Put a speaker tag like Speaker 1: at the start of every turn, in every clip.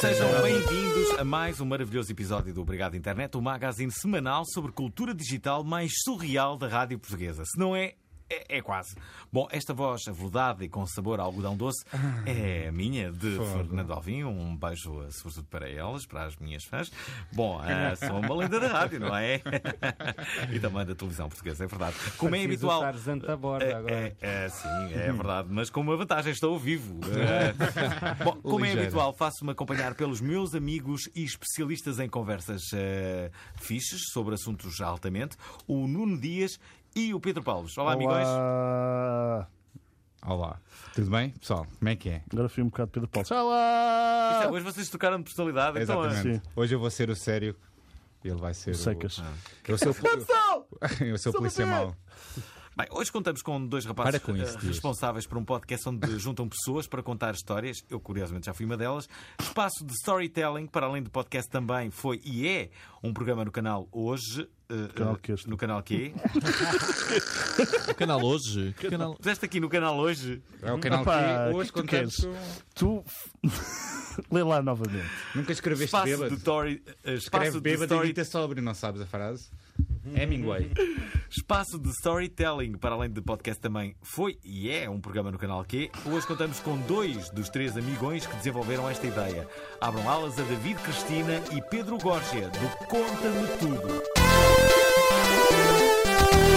Speaker 1: Sejam bem-vindos a mais um maravilhoso episódio do Obrigado Internet, o magazine semanal sobre cultura digital mais surreal da rádio portuguesa. Se não é, é, é quase. Bom, esta voz aveludada e com sabor a algodão doce é a minha, de Fernando Alvim. Um beijo, eh, sobretudo para elas, para as minhas fãs. Bom, ah, sou uma lenda da rádio, não é? e também da televisão portuguesa, é verdade. Como é
Speaker 2: Preciso
Speaker 1: habitual.
Speaker 2: estar zante a borda
Speaker 1: É,
Speaker 2: agora.
Speaker 1: é, é, sim, é verdade, mas com uma vantagem, estou vivo. É. Bom, como é
Speaker 3: Ligeira.
Speaker 1: habitual, faço-me acompanhar pelos meus amigos e especialistas em conversas eh, fixes sobre assuntos altamente, o Nuno Dias e o Pedro Paulos. Olá, amigões.
Speaker 4: Olá.
Speaker 3: Olá, tudo bem, pessoal? Como é que é?
Speaker 4: Agora fui um bocado Pedro Paulo.
Speaker 1: Isto é,
Speaker 4: Olá!
Speaker 1: hoje vocês trocaram de personalidade, então é.
Speaker 3: Exatamente.
Speaker 4: sim.
Speaker 3: Hoje eu vou ser o sério e ele vai ser o.
Speaker 4: Secas.
Speaker 1: Ah.
Speaker 3: Eu sou o poli- Eu sou o polícia mau.
Speaker 1: Bem, hoje contamos com dois rapazes
Speaker 3: Para com isso,
Speaker 1: eh,
Speaker 3: Dias.
Speaker 1: responsáveis por um podcast onde juntam pessoas para contar histórias. Eu, curiosamente, já fui uma delas. Espaço de storytelling, para além do podcast, também foi e é um programa no canal hoje. eh,
Speaker 4: Canal
Speaker 1: eh,
Speaker 4: que este.
Speaker 1: no canal que é?
Speaker 5: O canal hoje? Que canal?
Speaker 1: Puseste aqui no canal hoje.
Speaker 3: É o canal
Speaker 4: Opa,
Speaker 3: que hoje
Speaker 4: que tu
Speaker 3: contamos. com-
Speaker 4: Tu. Lê lá novamente.
Speaker 3: Nunca escreveste
Speaker 1: Espaço
Speaker 3: bêbado.
Speaker 1: de, story, eh,
Speaker 3: Escreve
Speaker 1: espaço, de
Speaker 3: bêbado e
Speaker 1: story,
Speaker 3: dita sóbrio, não sabes a frase? Hemingway.
Speaker 1: espaço de storytelling, para além de podcast também foi e é um programa no canal Q. Hoje contamos com dois dos três amigões que desenvolveram esta ideia. Abram alas a David Cristina e Pedro Gorgia, do Conta-me Tudo.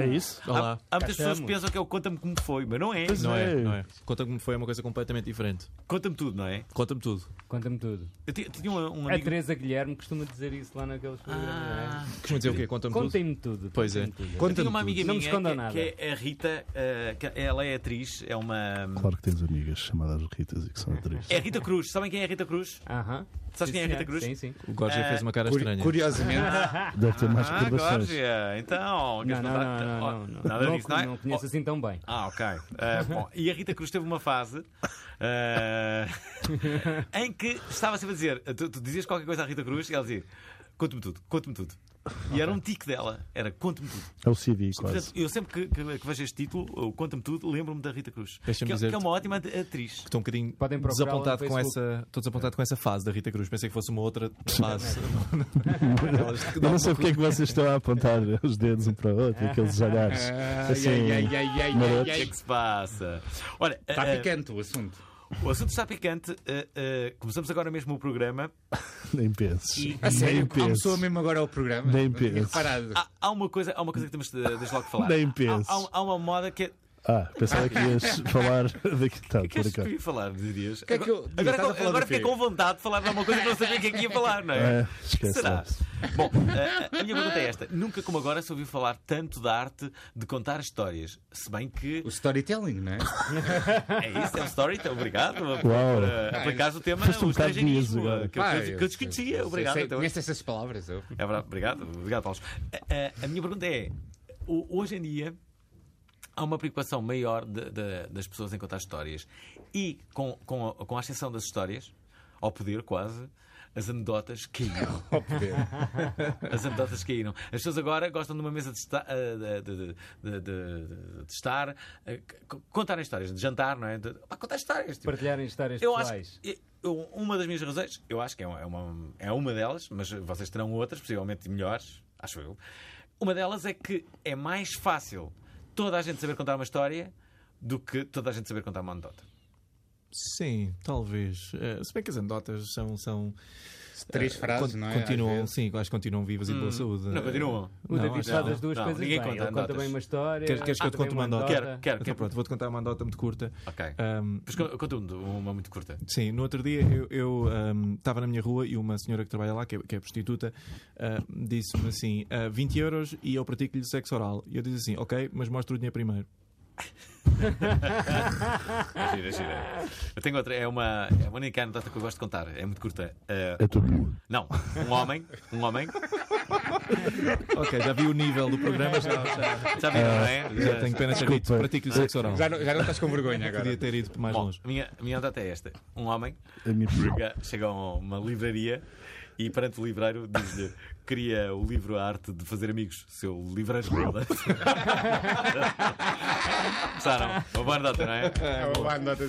Speaker 4: É isso?
Speaker 5: Olá.
Speaker 1: Há muitas pessoas que
Speaker 5: Chamo.
Speaker 1: pensam que é o Conta-me Como Foi, mas não é.
Speaker 4: Pois
Speaker 5: Não é,
Speaker 4: é.
Speaker 5: não é. Conta-me como foi uma coisa completamente diferente.
Speaker 1: Conta-me tudo, não é?
Speaker 5: Conta-me tudo.
Speaker 2: Conta-me tudo.
Speaker 1: Eu ti- tinha um, um amigo.
Speaker 2: A
Speaker 1: Ah.
Speaker 2: Teresa Guilherme costuma dizer isso lá naqueles programas, não é?
Speaker 5: Costumo dizer o quê? Conta-me tudo.
Speaker 2: Contem-me tudo.
Speaker 5: Pois é.
Speaker 2: contem-me tudo.
Speaker 1: Eu tinha uma amiga
Speaker 2: Não me
Speaker 1: minha
Speaker 2: escondam
Speaker 1: que-
Speaker 2: nada.
Speaker 1: que, é a Rita, eh, que ela é atriz, é uma.
Speaker 4: Claro que tens amigas chamadas Ritas e que são atrizes.
Speaker 1: É a Rita Cruz. Sabem quem é a Rita Cruz?
Speaker 2: Aham.
Speaker 1: Sabes quem é a Rita
Speaker 2: Sim,
Speaker 1: Cruz?
Speaker 2: Sim, sim.
Speaker 5: O Gorgia
Speaker 1: Ah,
Speaker 5: fez uma cara
Speaker 3: Curi-
Speaker 5: estranha.
Speaker 3: Curiosamente,
Speaker 4: Deve ter mais
Speaker 1: Ah,
Speaker 4: recordações.
Speaker 1: Górgia, então. queres
Speaker 2: Não, não,
Speaker 1: contar?
Speaker 2: não,
Speaker 1: Oh,
Speaker 2: não, não, não.
Speaker 1: Nada
Speaker 2: Não-
Speaker 1: disso, não é?
Speaker 2: Não conheço assim tão bem.
Speaker 1: Oh, Ah, ok. Ah, bom, e a Rita Cruz teve uma fase ah, em que estava sempre a dizer: tu, tu dizias qualquer coisa à Rita Cruz e ela dizia: conta-me tudo, conta-me tudo. E era um tique dela, era conta-me tudo.
Speaker 4: É o CD,
Speaker 1: Portanto,
Speaker 4: quase.
Speaker 1: eu sempre que, que, que vejo este título, o conta-me tudo, lembro-me da Rita Cruz.
Speaker 5: Deixa-me
Speaker 1: que, é- que é
Speaker 5: dizer-te.
Speaker 1: uma ótima at- atriz.
Speaker 5: Estou um bocadinho
Speaker 2: Podem procurá-la
Speaker 5: desapontado
Speaker 2: no
Speaker 5: com
Speaker 2: Facebook.
Speaker 5: essa. Estou desapontado com essa fase da Rita Cruz. Pensei que fosse uma outra fase. Aquelas que
Speaker 4: Eu não sei porque é que vocês estão a apontar os dedos um para o outro, aqueles
Speaker 1: É.
Speaker 4: olhares. Assim,
Speaker 1: O que é que se passa? Olha,
Speaker 3: está
Speaker 2: Tá
Speaker 1: ah, ah,
Speaker 3: Tá picante o assunto.
Speaker 1: o assunto está picante. ah, ah, começamos agora mesmo o programa.
Speaker 4: nem penses.
Speaker 3: A sério,
Speaker 4: nem penses.
Speaker 3: começou mesmo agora o programa.
Speaker 4: Nem
Speaker 3: Não tinha
Speaker 4: penses.
Speaker 3: reparado.
Speaker 1: Há, há uma coisa, há uma coisa que temos de, desde logo de falar.
Speaker 4: Nem
Speaker 1: Há-
Speaker 4: penses.
Speaker 1: Há, há uma moda que é.
Speaker 4: Ah, pensava que ias falar daqui. Tá,
Speaker 1: O que
Speaker 4: por
Speaker 1: és que
Speaker 4: acaso.
Speaker 1: eu ia falar, dirias?
Speaker 3: que é que eu-
Speaker 1: Agora-
Speaker 3: Dias, estás a
Speaker 1: agora
Speaker 3: falar do
Speaker 1: agora fiquei
Speaker 3: quê?
Speaker 1: com vontade de falar de alguma coisa que não sabia o que é que ia falar, não é?
Speaker 4: É, esquece
Speaker 1: Será?
Speaker 4: lá.
Speaker 1: Bom, a, a minha pergunta é esta. Nunca como agora se ouviu falar tanto da arte de contar histórias. Se bem que
Speaker 3: O storytelling, não é?
Speaker 1: é isso, é um storytelling. Obrigado por,
Speaker 4: Uau.
Speaker 1: por aplicares o tema,
Speaker 4: Foste um
Speaker 1: o
Speaker 4: bocado
Speaker 1: estrangeirismo,
Speaker 4: bias agora.
Speaker 1: que, eu- que eu- que eu desconhecia. Obrigado.
Speaker 3: Ah, Sei-
Speaker 1: então.
Speaker 3: Conhece essas palavras? eu-
Speaker 1: É verdade, obrigado, obrigado, Paulo. A, a- a minha pergunta é: ho- hoje em dia há uma preocupação maior de- de- das pessoas em contar histórias e com, com, a, com a ascensão das histórias, ao poder quase, as anedotas caíram.
Speaker 3: Ao poder.
Speaker 1: As anedotas caíram. As pessoas agora gostam de uma mesa de, esta- eh, de- de- de- de- de estar, eh, c- contar histórias, de jantar, não é? De- pá, contar histórias. tipo.
Speaker 2: Partilharem histórias
Speaker 1: Eu acho
Speaker 2: pessoais.
Speaker 1: que- eu- uma das minhas razões, eu acho que é uma, é uma, é uma delas, mas vocês terão outras, possivelmente melhores, acho eu. Uma delas é que é mais fácil toda a gente saber contar uma história do que toda a gente saber contar uma anedota.
Speaker 5: É, Sim, talvez. Eh, se bem que as anedotas são, são
Speaker 3: Três frases,
Speaker 5: Con-
Speaker 3: não é? Às
Speaker 5: Continuam,
Speaker 3: vezes.
Speaker 5: sim, acho que continuam vivas e de boa saúde. Eh,
Speaker 1: Não, continuam.
Speaker 2: O
Speaker 5: Não,
Speaker 2: David
Speaker 5: acho
Speaker 2: faz
Speaker 5: que
Speaker 2: as duas
Speaker 1: não,
Speaker 2: coisas
Speaker 1: ninguém
Speaker 2: bem.
Speaker 1: conta
Speaker 2: Ele conta
Speaker 1: anedotas.
Speaker 2: bem uma história.
Speaker 5: Queres- queres que eu te
Speaker 2: conta bem
Speaker 5: conte uma anedota?
Speaker 1: Quero, quero,
Speaker 5: Então
Speaker 1: quero.
Speaker 5: pronto, vou-te contar uma anedota muito curta.
Speaker 1: Ok.
Speaker 5: Ahm,
Speaker 1: Mas con- conta-me de uma muito curta.
Speaker 5: Sim, no outro dia eu- eu ahm, estava na minha rua e uma senhora que trabalha lá, que é, que é prostituta, ah, disse-me assim: ah, 20 euros e eu pratico-lhe sexo oral. E eu disse assim: Ok, mas mostra o dinheiro primeiro.
Speaker 1: Gira, gira. Eu tenho outra, é uma, é uma única anedota que eu gosto de contar, é muito curta. Ah,
Speaker 4: É tudo.
Speaker 1: não, um homem, um homem,
Speaker 5: Ok, já vi o nível do programa, já, já,
Speaker 1: já viram, não é?
Speaker 5: já tenho pena de ter dito:
Speaker 4: Desculpa.
Speaker 5: Pratico-lhe sexo oral.
Speaker 3: Já, não, já não estás com vergonha agora.
Speaker 5: Podia ter ido mais
Speaker 1: Bom,
Speaker 5: longe.
Speaker 1: a minha, a minha anedota é esta: um homem
Speaker 4: É A minha
Speaker 1: chega, chega a uma livraria e perante o livreiro diz-lhe: Queria o livro A Arte de Fazer Amigos, seu livreiro. Gostaram? Uma boa anedota, não é?
Speaker 3: É uma boa nota.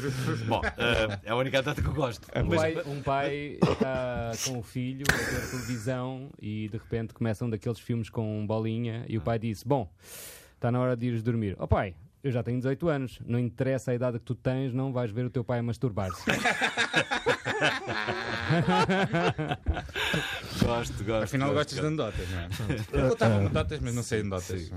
Speaker 1: Bom, ah, é a única anedota que eu gosto.
Speaker 2: Um pai, um pai está com o filho a ver televisão e de repente começam daqueles filmes com um bolinha e o pai disse: Bom, está na hora de ires dormir. Ó pai, eu já tenho 18 anos, não interessa a idade que tu tens, não vais ver o teu pai masturbar-se.
Speaker 1: Gosto, gosto.
Speaker 3: Afinal,
Speaker 1: gosto,
Speaker 3: gostas de
Speaker 1: gosto.
Speaker 3: anedotas, não é? Eu contava anedotas, mas não sei anedotas.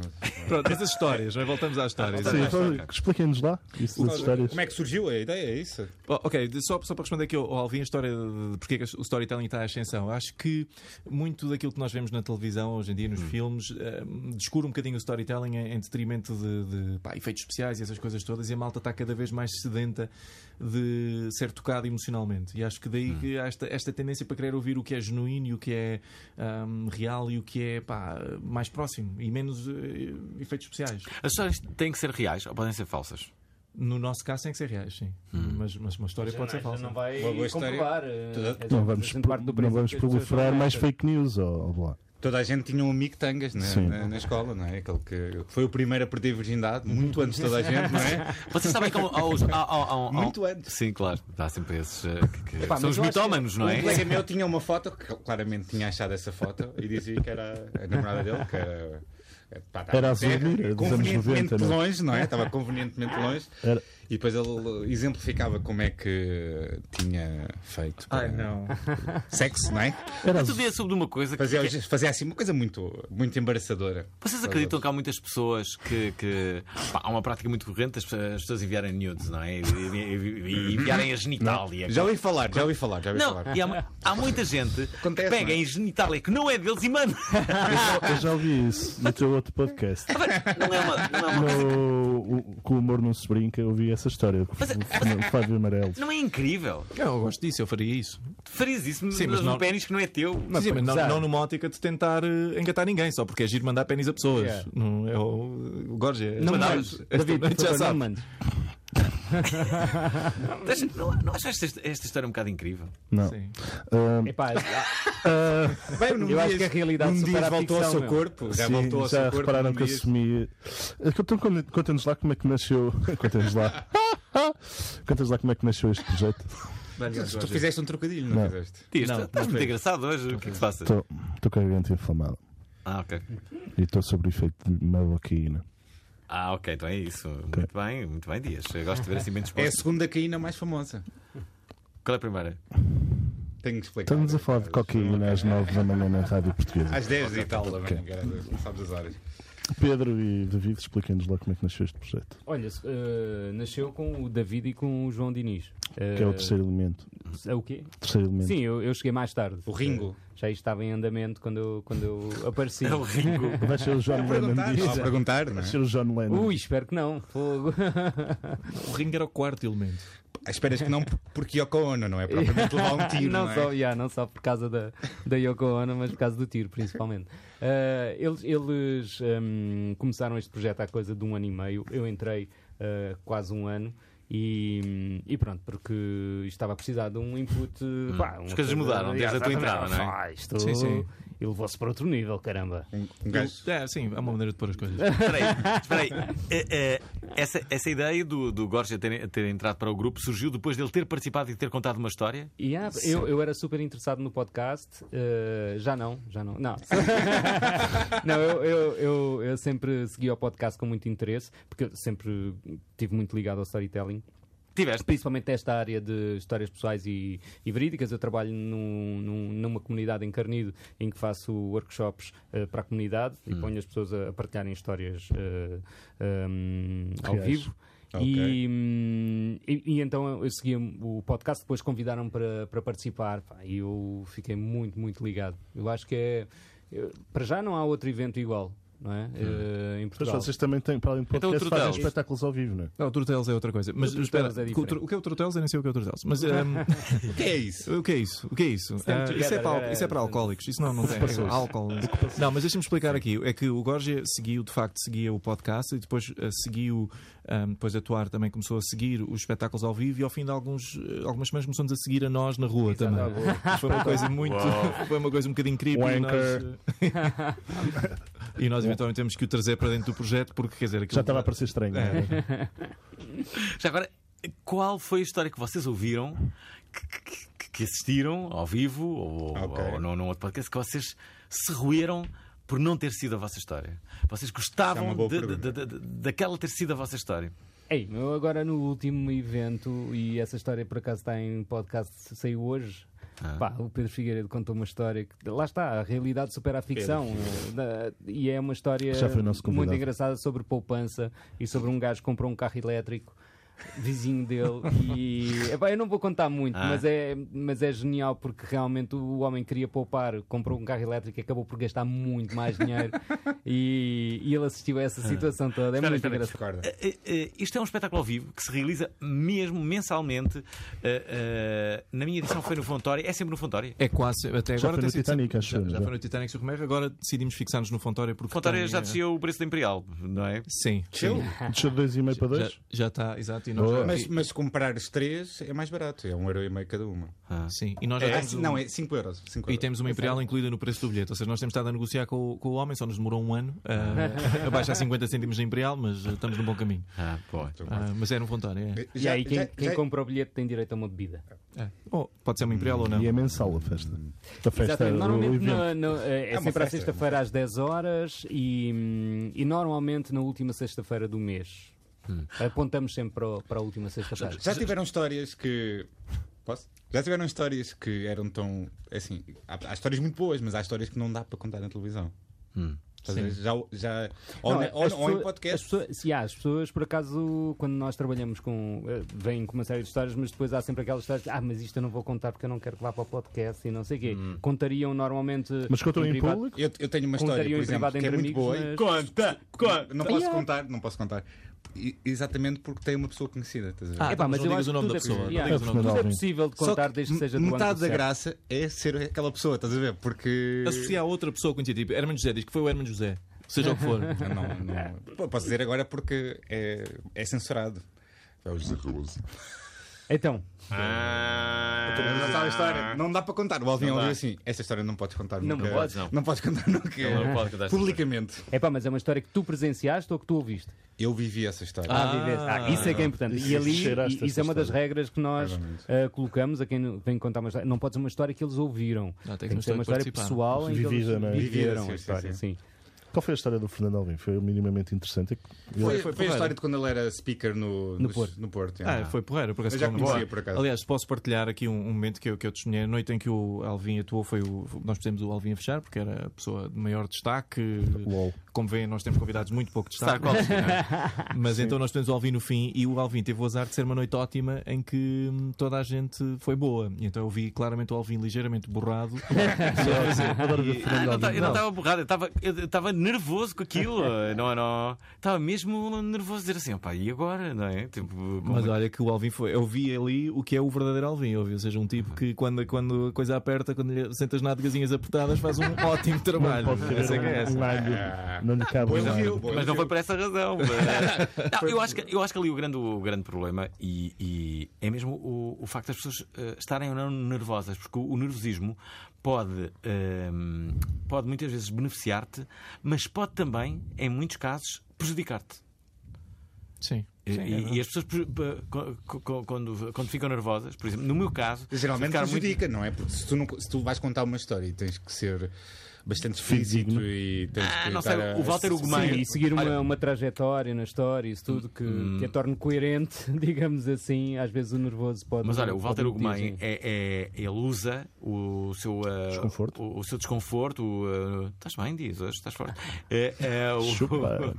Speaker 5: Pronto, essas histórias, não é? voltamos às histórias.
Speaker 4: Sim, então, expliquem-nos lá isso das histórias.
Speaker 3: Como é que surgiu a ideia? É isso?
Speaker 5: Oh, Ok, de- só, só para responder aqui ao ao Alvin a história de de porque é que o storytelling está à ascensão. Acho que muito daquilo que nós vemos na televisão hoje em dia, nos filmes, eh, descura um bocadinho o storytelling em, em detrimento de, de, pá, efeitos especiais e essas coisas todas, e a malta está cada vez mais sedenta de ser tocada emocionalmente. E acho que daí que há esta, esta tendência para querer ouvir o que é genuíno e o que é ahm, real e o que é pá, mais próximo e menos eh, efeitos especiais.
Speaker 1: As histórias têm que ser reais ou podem ser falsas?
Speaker 5: No nosso caso tem que ser reais, sim. Mas, mas uma história pode ser falsa.
Speaker 2: é Não vai
Speaker 3: Uma boa história.
Speaker 2: comprovar. eh,
Speaker 3: Toda-
Speaker 4: Não vamos, não vamos proliferar mais fake news, ou lá.
Speaker 3: Toda a gente tinha um amigo tangas né?
Speaker 4: Sim.
Speaker 3: na, na escola, não é? Aquele que foi o primeiro a perder a virgindade, muito antes de toda a gente, não é?
Speaker 1: Vocês sabem que há, aos- há- há- um, há- há-
Speaker 3: Muito antes.
Speaker 1: Sim, claro. Há sempre esses. eh, que- que
Speaker 2: Epá,
Speaker 1: são os
Speaker 2: mas eu acho que-
Speaker 1: mitómanos, não
Speaker 3: Um
Speaker 1: é?
Speaker 3: colega meu tinha uma foto, que claramente tinha achado essa foto, e dizia que era a namorada dele, que era. é, pá, estava
Speaker 4: Era a
Speaker 3: na terra,
Speaker 4: Zulmira, dos anos
Speaker 3: Convenientemente
Speaker 4: 90, não é?
Speaker 3: longe, não é? Estava convenientemente longe.
Speaker 4: Era-
Speaker 3: E depois ele exemplificava como é que tinha feito para- sexo, não é?
Speaker 4: Era
Speaker 1: Tu vês sobre uma coisa que.
Speaker 3: Fazia,
Speaker 1: que-
Speaker 3: fazia assim uma coisa muito, muito embaraçadora.
Speaker 1: Vocês acreditam que há muitas pessoas que. que- pá, há uma prática muito corrente as pessoas as pessoas enviarem nudes, não é? E, e- e- e enviarem a genitália.
Speaker 3: Já ouvi falar, já ouvi falar, já ouvi
Speaker 1: Não,
Speaker 3: falar.
Speaker 1: e há, há muita gente
Speaker 3: Acontece,
Speaker 1: que pega
Speaker 3: não é?
Speaker 1: em genitália que não é deles e manda.
Speaker 4: Eu já ouvi isso no teu outro podcast.
Speaker 1: Não é uma, não é uma coisa-
Speaker 4: No, o, com o humor não se brinca, eu ouvi essa história com o Fábio Amarelo.
Speaker 1: Não é incrível?
Speaker 5: Eu gosto disso, eu faria isso.
Speaker 1: Tu farias isso
Speaker 5: Sim,
Speaker 1: num
Speaker 5: mas
Speaker 1: num
Speaker 5: não-
Speaker 1: pênis que não é teu.
Speaker 5: Mas, sim, mas não,
Speaker 4: pesar.
Speaker 5: não numa ótica de tentar eh, engatar ninguém, só porque é giro mandar pênis a pessoas.
Speaker 2: Yeah.
Speaker 5: Não, é o, o Gorge.
Speaker 2: Não
Speaker 5: esta
Speaker 2: mandes,
Speaker 5: noite- esta
Speaker 2: David,
Speaker 5: noite
Speaker 2: por
Speaker 5: já
Speaker 2: favor, não
Speaker 5: sabe.
Speaker 2: mandes.
Speaker 1: Mas Não, não achas esta, esta história um bocado incrível?
Speaker 4: Não.
Speaker 5: Sim.
Speaker 4: Ah,
Speaker 2: Epá,
Speaker 3: Bem, num
Speaker 2: Eu acho
Speaker 3: dia-
Speaker 2: que a realidade
Speaker 3: num
Speaker 2: supera
Speaker 3: dia
Speaker 2: a
Speaker 3: voltou ao
Speaker 2: ficção,
Speaker 3: seu
Speaker 2: meu.
Speaker 3: corpo. Já
Speaker 4: sim,
Speaker 3: voltou ao seu
Speaker 4: já
Speaker 3: corpo.
Speaker 4: repararam
Speaker 3: num
Speaker 4: que
Speaker 3: dia.
Speaker 4: assumi. Então, conta- conta-nos lá como é que nasceu. Conta-nos lá. Conta-nos lá como é que nasceu este projeto.
Speaker 3: Tu fizeste um trocadilho, não,
Speaker 4: Não.
Speaker 3: fizeste?
Speaker 1: Diz,
Speaker 5: Não,
Speaker 1: estás
Speaker 5: não
Speaker 1: muito
Speaker 5: foi.
Speaker 1: engraçado hoje. O que é que se passa?
Speaker 4: Estou estou claramente inflamado
Speaker 1: Ah, ok.
Speaker 4: e estou sobre o efeito de malocaína.
Speaker 1: Ah, ok, então é isso. Muito bem, muito bem, Dias. Eu gosto de ver assim bem
Speaker 3: É a
Speaker 1: disposto.
Speaker 3: segunda caína mais famosa.
Speaker 1: Qual é a primeira?
Speaker 3: Tenho que explicar. é?
Speaker 4: Estamos a falar de cocaína às 9 da manhã na rádio portuguesa.
Speaker 3: Às 10 e tal da manhã, caralho, sabes as horas.
Speaker 4: Pedro e David, expliquem-nos lá como é que nasceu este projeto,
Speaker 2: olha, se, eh, nasceu com o David e com o João Diniz.
Speaker 4: que é
Speaker 3: Eh,
Speaker 4: o terceiro elemento.
Speaker 2: É o quê?
Speaker 4: Terceiro elemento.
Speaker 2: Sim, eu, eu cheguei mais tarde. Eh,
Speaker 3: O Ringo.
Speaker 2: Já isto estava em andamento quando eu, quando eu apareci.
Speaker 1: É o Ringo.
Speaker 4: Vai ser o John Lennon diz.
Speaker 3: Estava a perguntar, não
Speaker 4: Vai
Speaker 3: é?
Speaker 4: ser o John Lennon.
Speaker 2: Ui, espero que não. Fogo.
Speaker 5: O ring era o quarto elemento.
Speaker 3: Ah, Esperas que não, porque Yoko Ono não é propriamente levar um tiro, não,
Speaker 2: não, só,
Speaker 3: é?
Speaker 2: yeah, não só por causa da, da Yoko Ono, mas por causa do tiro, principalmente. Ah, eles eles, hum, começaram este projeto há coisa de um ano e meio. Eu entrei ah, quase um ano. E, e pronto, porque isto estava a precisar de um input.
Speaker 1: Hum.
Speaker 2: pá,
Speaker 1: As
Speaker 2: uma
Speaker 1: coisas
Speaker 2: coisa-
Speaker 1: mudaram desde a tua
Speaker 2: Exatamente.
Speaker 1: entrada, não é?
Speaker 2: Ah, isto
Speaker 5: Sim, sim.
Speaker 2: elevou-se para outro nível, caramba.
Speaker 3: Um, um gajo.
Speaker 5: É, sim, há uma maneira de pôr as coisas.
Speaker 1: Espera aí, espera aí. Eh, eh, essa, essa ideia do, do Gorgia ter, ter entrado para o grupo surgiu depois dele ter participado e ter contado uma história?
Speaker 2: E há- eu, eu era super interessado no podcast, eh, já não, já não. Não, não eu, eu, eu, eu sempre segui o podcast com muito interesse, porque eu sempre estive muito ligado ao storytelling.
Speaker 1: Tiveste.
Speaker 2: Principalmente nesta área de histórias pessoais e, e verídicas. Eu trabalho num- num- numa comunidade em Carnido em que faço workshops eh, para a comunidade e
Speaker 4: Hum.
Speaker 2: ponho as pessoas a, a partilharem histórias eh, ehm, ao
Speaker 4: Reais.
Speaker 2: vivo.
Speaker 3: Ok.
Speaker 2: E, hum, e- e então eu- eu segui o podcast, depois convidaram-me para, para participar pá, e eu fiquei muito, muito ligado. Eu acho que é. eu- para já não há outro evento igual, não é? Eh, em
Speaker 4: Hum. Pois
Speaker 2: Portugal.
Speaker 4: vocês também têm, para além do
Speaker 5: Então,
Speaker 4: podcast,
Speaker 1: outro
Speaker 4: fazem
Speaker 1: deles.
Speaker 4: espetáculos ao vivo, não é?
Speaker 5: Não, o Tortelos é outra coisa. Mas
Speaker 2: Tortelos
Speaker 5: espera,
Speaker 2: é diferente.
Speaker 5: o tro- o que é o Tortelos? Eu nem sei o que é o Tortelos. Mas ehm,
Speaker 3: O que é isso?
Speaker 5: o que é isso? O que é isso?
Speaker 2: Stand
Speaker 5: Ah,
Speaker 2: together,
Speaker 5: isso, é para, al-
Speaker 2: era-
Speaker 5: isso é para alcoólicos. Isso não, não tem. É álcool. Não, mas deixa-me explicar aqui. É que o Gorgia seguiu, de facto, seguia o podcast e depois ah, seguiu, ah, depois de atuar, também começou a seguir os espetáculos ao vivo e ao fim de alguns, ah, algumas semanas começou-nos a seguir a nós na rua também. Foi uma coisa muito. Foi uma coisa um bocadinho creepy. e nós- E nós eventualmente temos que o trazer para dentro do projeto porque quer dizer aquilo
Speaker 4: Já estava a parecer estranho. não é?
Speaker 1: Já agora, qual foi a história que vocês ouviram, que, que- que- que assistiram ao vivo ou,
Speaker 3: Ok.
Speaker 1: ou num, num outro podcast, que vocês se roeram por não ter sido a vossa história? Vocês
Speaker 3: Isso é
Speaker 1: gostavam
Speaker 3: uma boa
Speaker 1: de-
Speaker 3: pergunta.
Speaker 1: de- de- de- daquela ter sido a vossa história?
Speaker 2: Ei, eu agora no último evento, e essa história por acaso está em podcast, saiu hoje.
Speaker 1: Ah.
Speaker 2: Pá, o Pedro Figueiredo contou uma história que lá está, a realidade supera a ficção. eh, Da- e é uma história
Speaker 4: Já foi nosso convidado.
Speaker 2: muito engraçada sobre poupança e sobre um gajo que comprou um carro elétrico. Vizinho dele, e epá, eu não vou contar muito,
Speaker 1: Ah.
Speaker 2: mas, é, mas é genial porque realmente o homem queria poupar, comprou um carro elétrico e acabou por gastar muito mais dinheiro. e, e ele assistiu a essa situação toda, é
Speaker 1: Ah. Espera,
Speaker 2: muito
Speaker 1: espera,
Speaker 2: engraçado.
Speaker 3: Acorda.
Speaker 1: Eh, eh, Isto é um espetáculo ao vivo que se realiza mesmo mensalmente. eh, eh, na minha edição foi no Fontória. É sempre no Fontória.
Speaker 5: É quase, até
Speaker 4: Já foi
Speaker 5: agora tem
Speaker 4: no
Speaker 5: sido
Speaker 4: Titanic,
Speaker 5: sempre-
Speaker 4: acho eu, é?
Speaker 5: já, já
Speaker 4: já.
Speaker 5: foi no Titanic Sr. Romero, agora decidimos fixar-nos no Fontória porque.
Speaker 1: Fontória
Speaker 5: tem,
Speaker 1: já
Speaker 5: eh,
Speaker 1: desceu o preço da Imperial, não é?
Speaker 5: Sim.
Speaker 3: Chill.
Speaker 4: Deixou de 2,5 para
Speaker 5: Já,
Speaker 4: 2?
Speaker 5: já está, exato. E nós
Speaker 4: Boa.
Speaker 5: já-
Speaker 3: Mas, mas se comprar os três é mais barato, é um euro e meio cada uma.
Speaker 5: sim, e nós já
Speaker 3: Ah,
Speaker 5: temos
Speaker 3: sim,
Speaker 5: um-
Speaker 3: não, é 5 euros. cinco
Speaker 5: E
Speaker 3: euros.
Speaker 5: temos uma Imperial incluída no preço do bilhete. Ou seja, nós temos estado a negociar com, o- com o homem, só nos demorou um ano. ah, a baixar 50 cêntimos da Imperial, mas ah, estamos no bom caminho.
Speaker 1: Ah, bom.
Speaker 5: Ah, mas é no Fontória. É.
Speaker 2: E aí, quem, quem compra o bilhete tem direito a uma bebida.
Speaker 5: É. Oh, pode ser uma Imperial ou não.
Speaker 4: E é mensal a festa. A festa,
Speaker 2: Exatamente.
Speaker 4: o
Speaker 2: Normalmente
Speaker 4: evento.
Speaker 2: na- na- é,
Speaker 3: É
Speaker 2: sempre
Speaker 3: uma
Speaker 2: à
Speaker 3: festa, é uma
Speaker 2: sexta-feira às 10 horas e, hum, e normalmente na última sexta-feira do mês. Apontamos sempre para, o- para a última sexta-feira.
Speaker 3: Já tiveram histórias que. Posso? Já tiveram histórias que eram tão. Assim, há, há histórias muito boas, mas há histórias que não dá para contar na televisão. Estás a ver? Já, já, ou,
Speaker 2: Não,
Speaker 3: na-
Speaker 2: as
Speaker 3: ou- ou em
Speaker 2: pessoas- As
Speaker 3: podcast.
Speaker 2: pessoas, sim, há, as pessoas, por acaso, quando nós trabalhamos com. eh, vêm com uma série de histórias, mas depois há sempre aquelas histórias. Ah, mas isto eu não vou contar porque eu não quero que vá para o podcast e não sei o quê. Contariam normalmente.
Speaker 4: Mas contam em
Speaker 2: privado.
Speaker 4: público?
Speaker 3: Eu, eu tenho uma história,
Speaker 2: Contariam
Speaker 3: por
Speaker 2: em
Speaker 3: exemplo,
Speaker 2: privado
Speaker 3: que é
Speaker 2: entre
Speaker 3: muito
Speaker 2: amigos,
Speaker 3: boa.
Speaker 2: mas-
Speaker 1: Conta!
Speaker 3: Não, não posso
Speaker 2: Yeah.
Speaker 3: contar, não posso contar. E- exatamente porque tem uma pessoa conhecida. Estás a ver?
Speaker 5: Ah,
Speaker 2: Epá, mas
Speaker 5: mas não
Speaker 2: eu
Speaker 5: digas
Speaker 2: acho
Speaker 5: o nome
Speaker 2: que
Speaker 5: da
Speaker 2: tudo é-
Speaker 5: pessoa, não
Speaker 2: yeah,
Speaker 4: digas o nome da
Speaker 2: Tudo é
Speaker 4: pessoa.
Speaker 2: possível de
Speaker 3: Só
Speaker 2: contar
Speaker 3: que
Speaker 2: desde que
Speaker 3: m-
Speaker 2: seja do
Speaker 3: metade
Speaker 2: âmbito
Speaker 3: da
Speaker 2: certo.
Speaker 3: graça é ser aquela pessoa, estás a ver? Porque.
Speaker 5: Associar outra pessoa com tipo Herman José, diz que foi o Herman José, seja o que for.
Speaker 3: Não, não- Pô, Posso dizer agora porque é, é censurado. É o José Cardoso.
Speaker 2: Então,
Speaker 1: Ah.
Speaker 3: Não sabe a É história. Não dá para contar. O Alvin ouviu assim: essa história não podes contar
Speaker 2: Não
Speaker 3: nunca.
Speaker 1: podes, não.
Speaker 3: podes contar nunca.
Speaker 1: Não, não pode contar essa
Speaker 3: Publicamente.
Speaker 2: É pá, mas é uma história que tu presenciaste ou que tu ouviste?
Speaker 3: Eu vivi essa história.
Speaker 5: Ah,
Speaker 2: Ah, isso é que é importante.
Speaker 4: Isso-
Speaker 2: e ali,
Speaker 4: isso cheiraste
Speaker 2: e- isso
Speaker 4: essa
Speaker 2: é uma das
Speaker 4: história.
Speaker 2: regras que nós
Speaker 3: Claramente.
Speaker 2: ah, colocamos a quem vem contar uma história. Não pode ser uma história que eles ouviram.
Speaker 5: Não, tem que
Speaker 2: ser uma história
Speaker 5: participar.
Speaker 2: pessoal em que eles
Speaker 4: Vivida, não é?
Speaker 3: Vivida,
Speaker 2: viveram
Speaker 3: sim,
Speaker 2: a
Speaker 3: sim,
Speaker 2: história. Sim,
Speaker 4: Qual foi a história do Fernando Alvim? Foi minimamente interessante. É
Speaker 3: Foi, foi a
Speaker 5: porreiro.
Speaker 3: história de quando ele era speaker no,
Speaker 2: No
Speaker 3: nos-
Speaker 2: Porto.
Speaker 3: No Porto
Speaker 5: Ah, foi porreiro, por acaso.
Speaker 3: Eu já
Speaker 5: foi um-
Speaker 3: conhecia, por acaso.
Speaker 5: Aliás, posso partilhar aqui um, um momento que eu, que eu testemunhei. A noite em que o Alvin atuou, foi o, nós pusemos o Alvin a fechar, porque era a pessoa de maior destaque.
Speaker 4: Lol.
Speaker 5: Como veem, nós temos convidados muito pouco destaque. é?
Speaker 1: Sarkozy.
Speaker 5: Mas então nós temos o Alvin no fim e o Alvin teve o azar de ser uma noite ótima em que hum, toda a gente foi boa. E então eu vi claramente o Alvin ligeiramente borrado.
Speaker 4: Adoro ver
Speaker 1: Ah,
Speaker 4: Fernando
Speaker 1: não tá-
Speaker 4: Alvim.
Speaker 1: eu não estava borrado, eu estava- eu estava nervoso com aquilo. não, não. Estava mesmo nervoso de dizer assim, pá, e agora? Não é? Tipo, como-
Speaker 5: Mas olha que o Alvin foi. Eu vi ali o que é o verdadeiro Alvin, ouvi. Ou seja, um tipo que quando, quando a coisa aperta, quando lhe sentas nádegazinhas apertadas, faz um ótimo trabalho.
Speaker 4: Pode
Speaker 5: Essa é que é
Speaker 4: ter um
Speaker 5: essa. é.
Speaker 4: alho. Não lhe cabe
Speaker 3: Boa
Speaker 4: um
Speaker 3: elogio,
Speaker 4: alho.
Speaker 3: boa
Speaker 1: Mas não
Speaker 3: elogio.
Speaker 1: foi por essa razão. mas- Não, eu, acho que, eu acho que ali o grande, o grande problema e, e é mesmo o, o facto das pessoas eh, estarem ou não nervosas, porque o, o nervosismo pode, ehm, pode muitas vezes beneficiar-te, mas pode também, em muitos casos, prejudicar-te.
Speaker 5: Sim. é
Speaker 1: E, e- e as pessoas, pre- pe- co- co- co- quando, quando ficam nervosas, por exemplo, no meu caso,
Speaker 3: Geralmente
Speaker 1: ficar muito-
Speaker 3: prejudica, não é? Porque se tu, não- se tu vais contar uma história e tens que ser bastante explícito e tens
Speaker 1: Ah,
Speaker 3: que
Speaker 1: não sei,
Speaker 3: estar a-
Speaker 1: o Walter Hugo
Speaker 2: Sim,
Speaker 1: Maia.
Speaker 2: e seguir uma, uma trajetória na história, isso tudo que, que a torne coerente, digamos assim. Às vezes o nervoso pode.
Speaker 1: Mas olha, o
Speaker 2: pode
Speaker 1: Walter Hugo
Speaker 2: impedir,
Speaker 1: Maia,
Speaker 2: sim.
Speaker 1: é, é- ele usa o seu ah,
Speaker 4: Desconforto.
Speaker 1: O, o seu desconforto. o, ah, estás bem, diz hoje, estás forte. É, é, o-
Speaker 4: Chupa.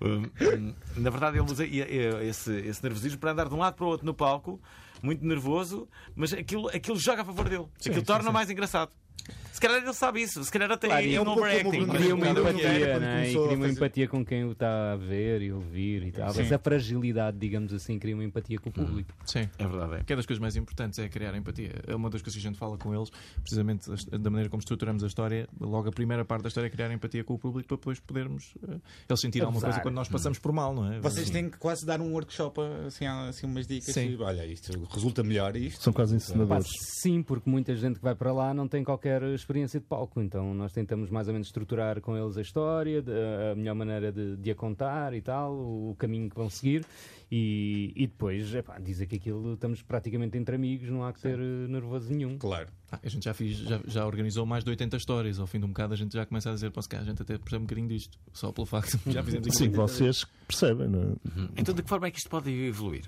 Speaker 1: Hum, na verdade, ele usa e- e- esse, esse nervosismo para andar de um lado para o outro no palco, muito nervoso, mas aquilo, aquilo joga a favor dele. aquilo torna mais engraçado. Se calhar ele sabe isso, se calhar até
Speaker 2: Claro, e
Speaker 1: é
Speaker 2: é um
Speaker 1: um
Speaker 2: pouco
Speaker 1: overacting.
Speaker 3: como o
Speaker 2: Cria
Speaker 3: Bruno
Speaker 1: mas-
Speaker 2: uma
Speaker 3: Cada um era
Speaker 2: empatia,
Speaker 3: quando
Speaker 2: né? E
Speaker 3: começou a
Speaker 2: cria uma
Speaker 3: fazer-
Speaker 2: empatia com quem o está a ver e ouvir e tal.
Speaker 3: Sim.
Speaker 2: Essa fragilidade, digamos assim, cria uma empatia com o público.
Speaker 5: Sim.
Speaker 1: É verdade.
Speaker 5: Que é das coisas mais importantes é criar empatia. É uma das coisas que a gente fala com eles, precisamente as- da maneira como estruturamos a história. Logo a primeira parte da história é criar empatia com o público para depois podermos eh, eles sentir alguma coisa quando nós passamos por mal, não é?
Speaker 3: Vocês
Speaker 5: Sim.
Speaker 3: têm que quase dar um workshop assim, há- assim umas dicas.
Speaker 5: Sim.
Speaker 3: E, olha, isto resulta melhor e isto.
Speaker 4: São quase
Speaker 2: Pá,
Speaker 4: ensinadores.
Speaker 2: sim, porque muita gente que vai para lá não tem qualquer experiência de palco, então nós tentamos mais ou menos estruturar com eles a história, de- a melhor maneira de, de a contar e tal, o, o caminho que vão seguir, e, e depois epá, dizer que aquilo estamos praticamente entre amigos, não há que ter eh, nervoso nenhum.
Speaker 3: Claro.
Speaker 5: Ah, a gente já, fiz, já, já organizou mais de 80 histórias. Ao fim de um bocado a gente já começa a dizer, posso cá, a gente até percebe um bocadinho disto. Só pelo facto de já fizemos aquilo.
Speaker 4: Sim, vocês percebem, não é?
Speaker 1: Então, de que forma é que isto pode evoluir?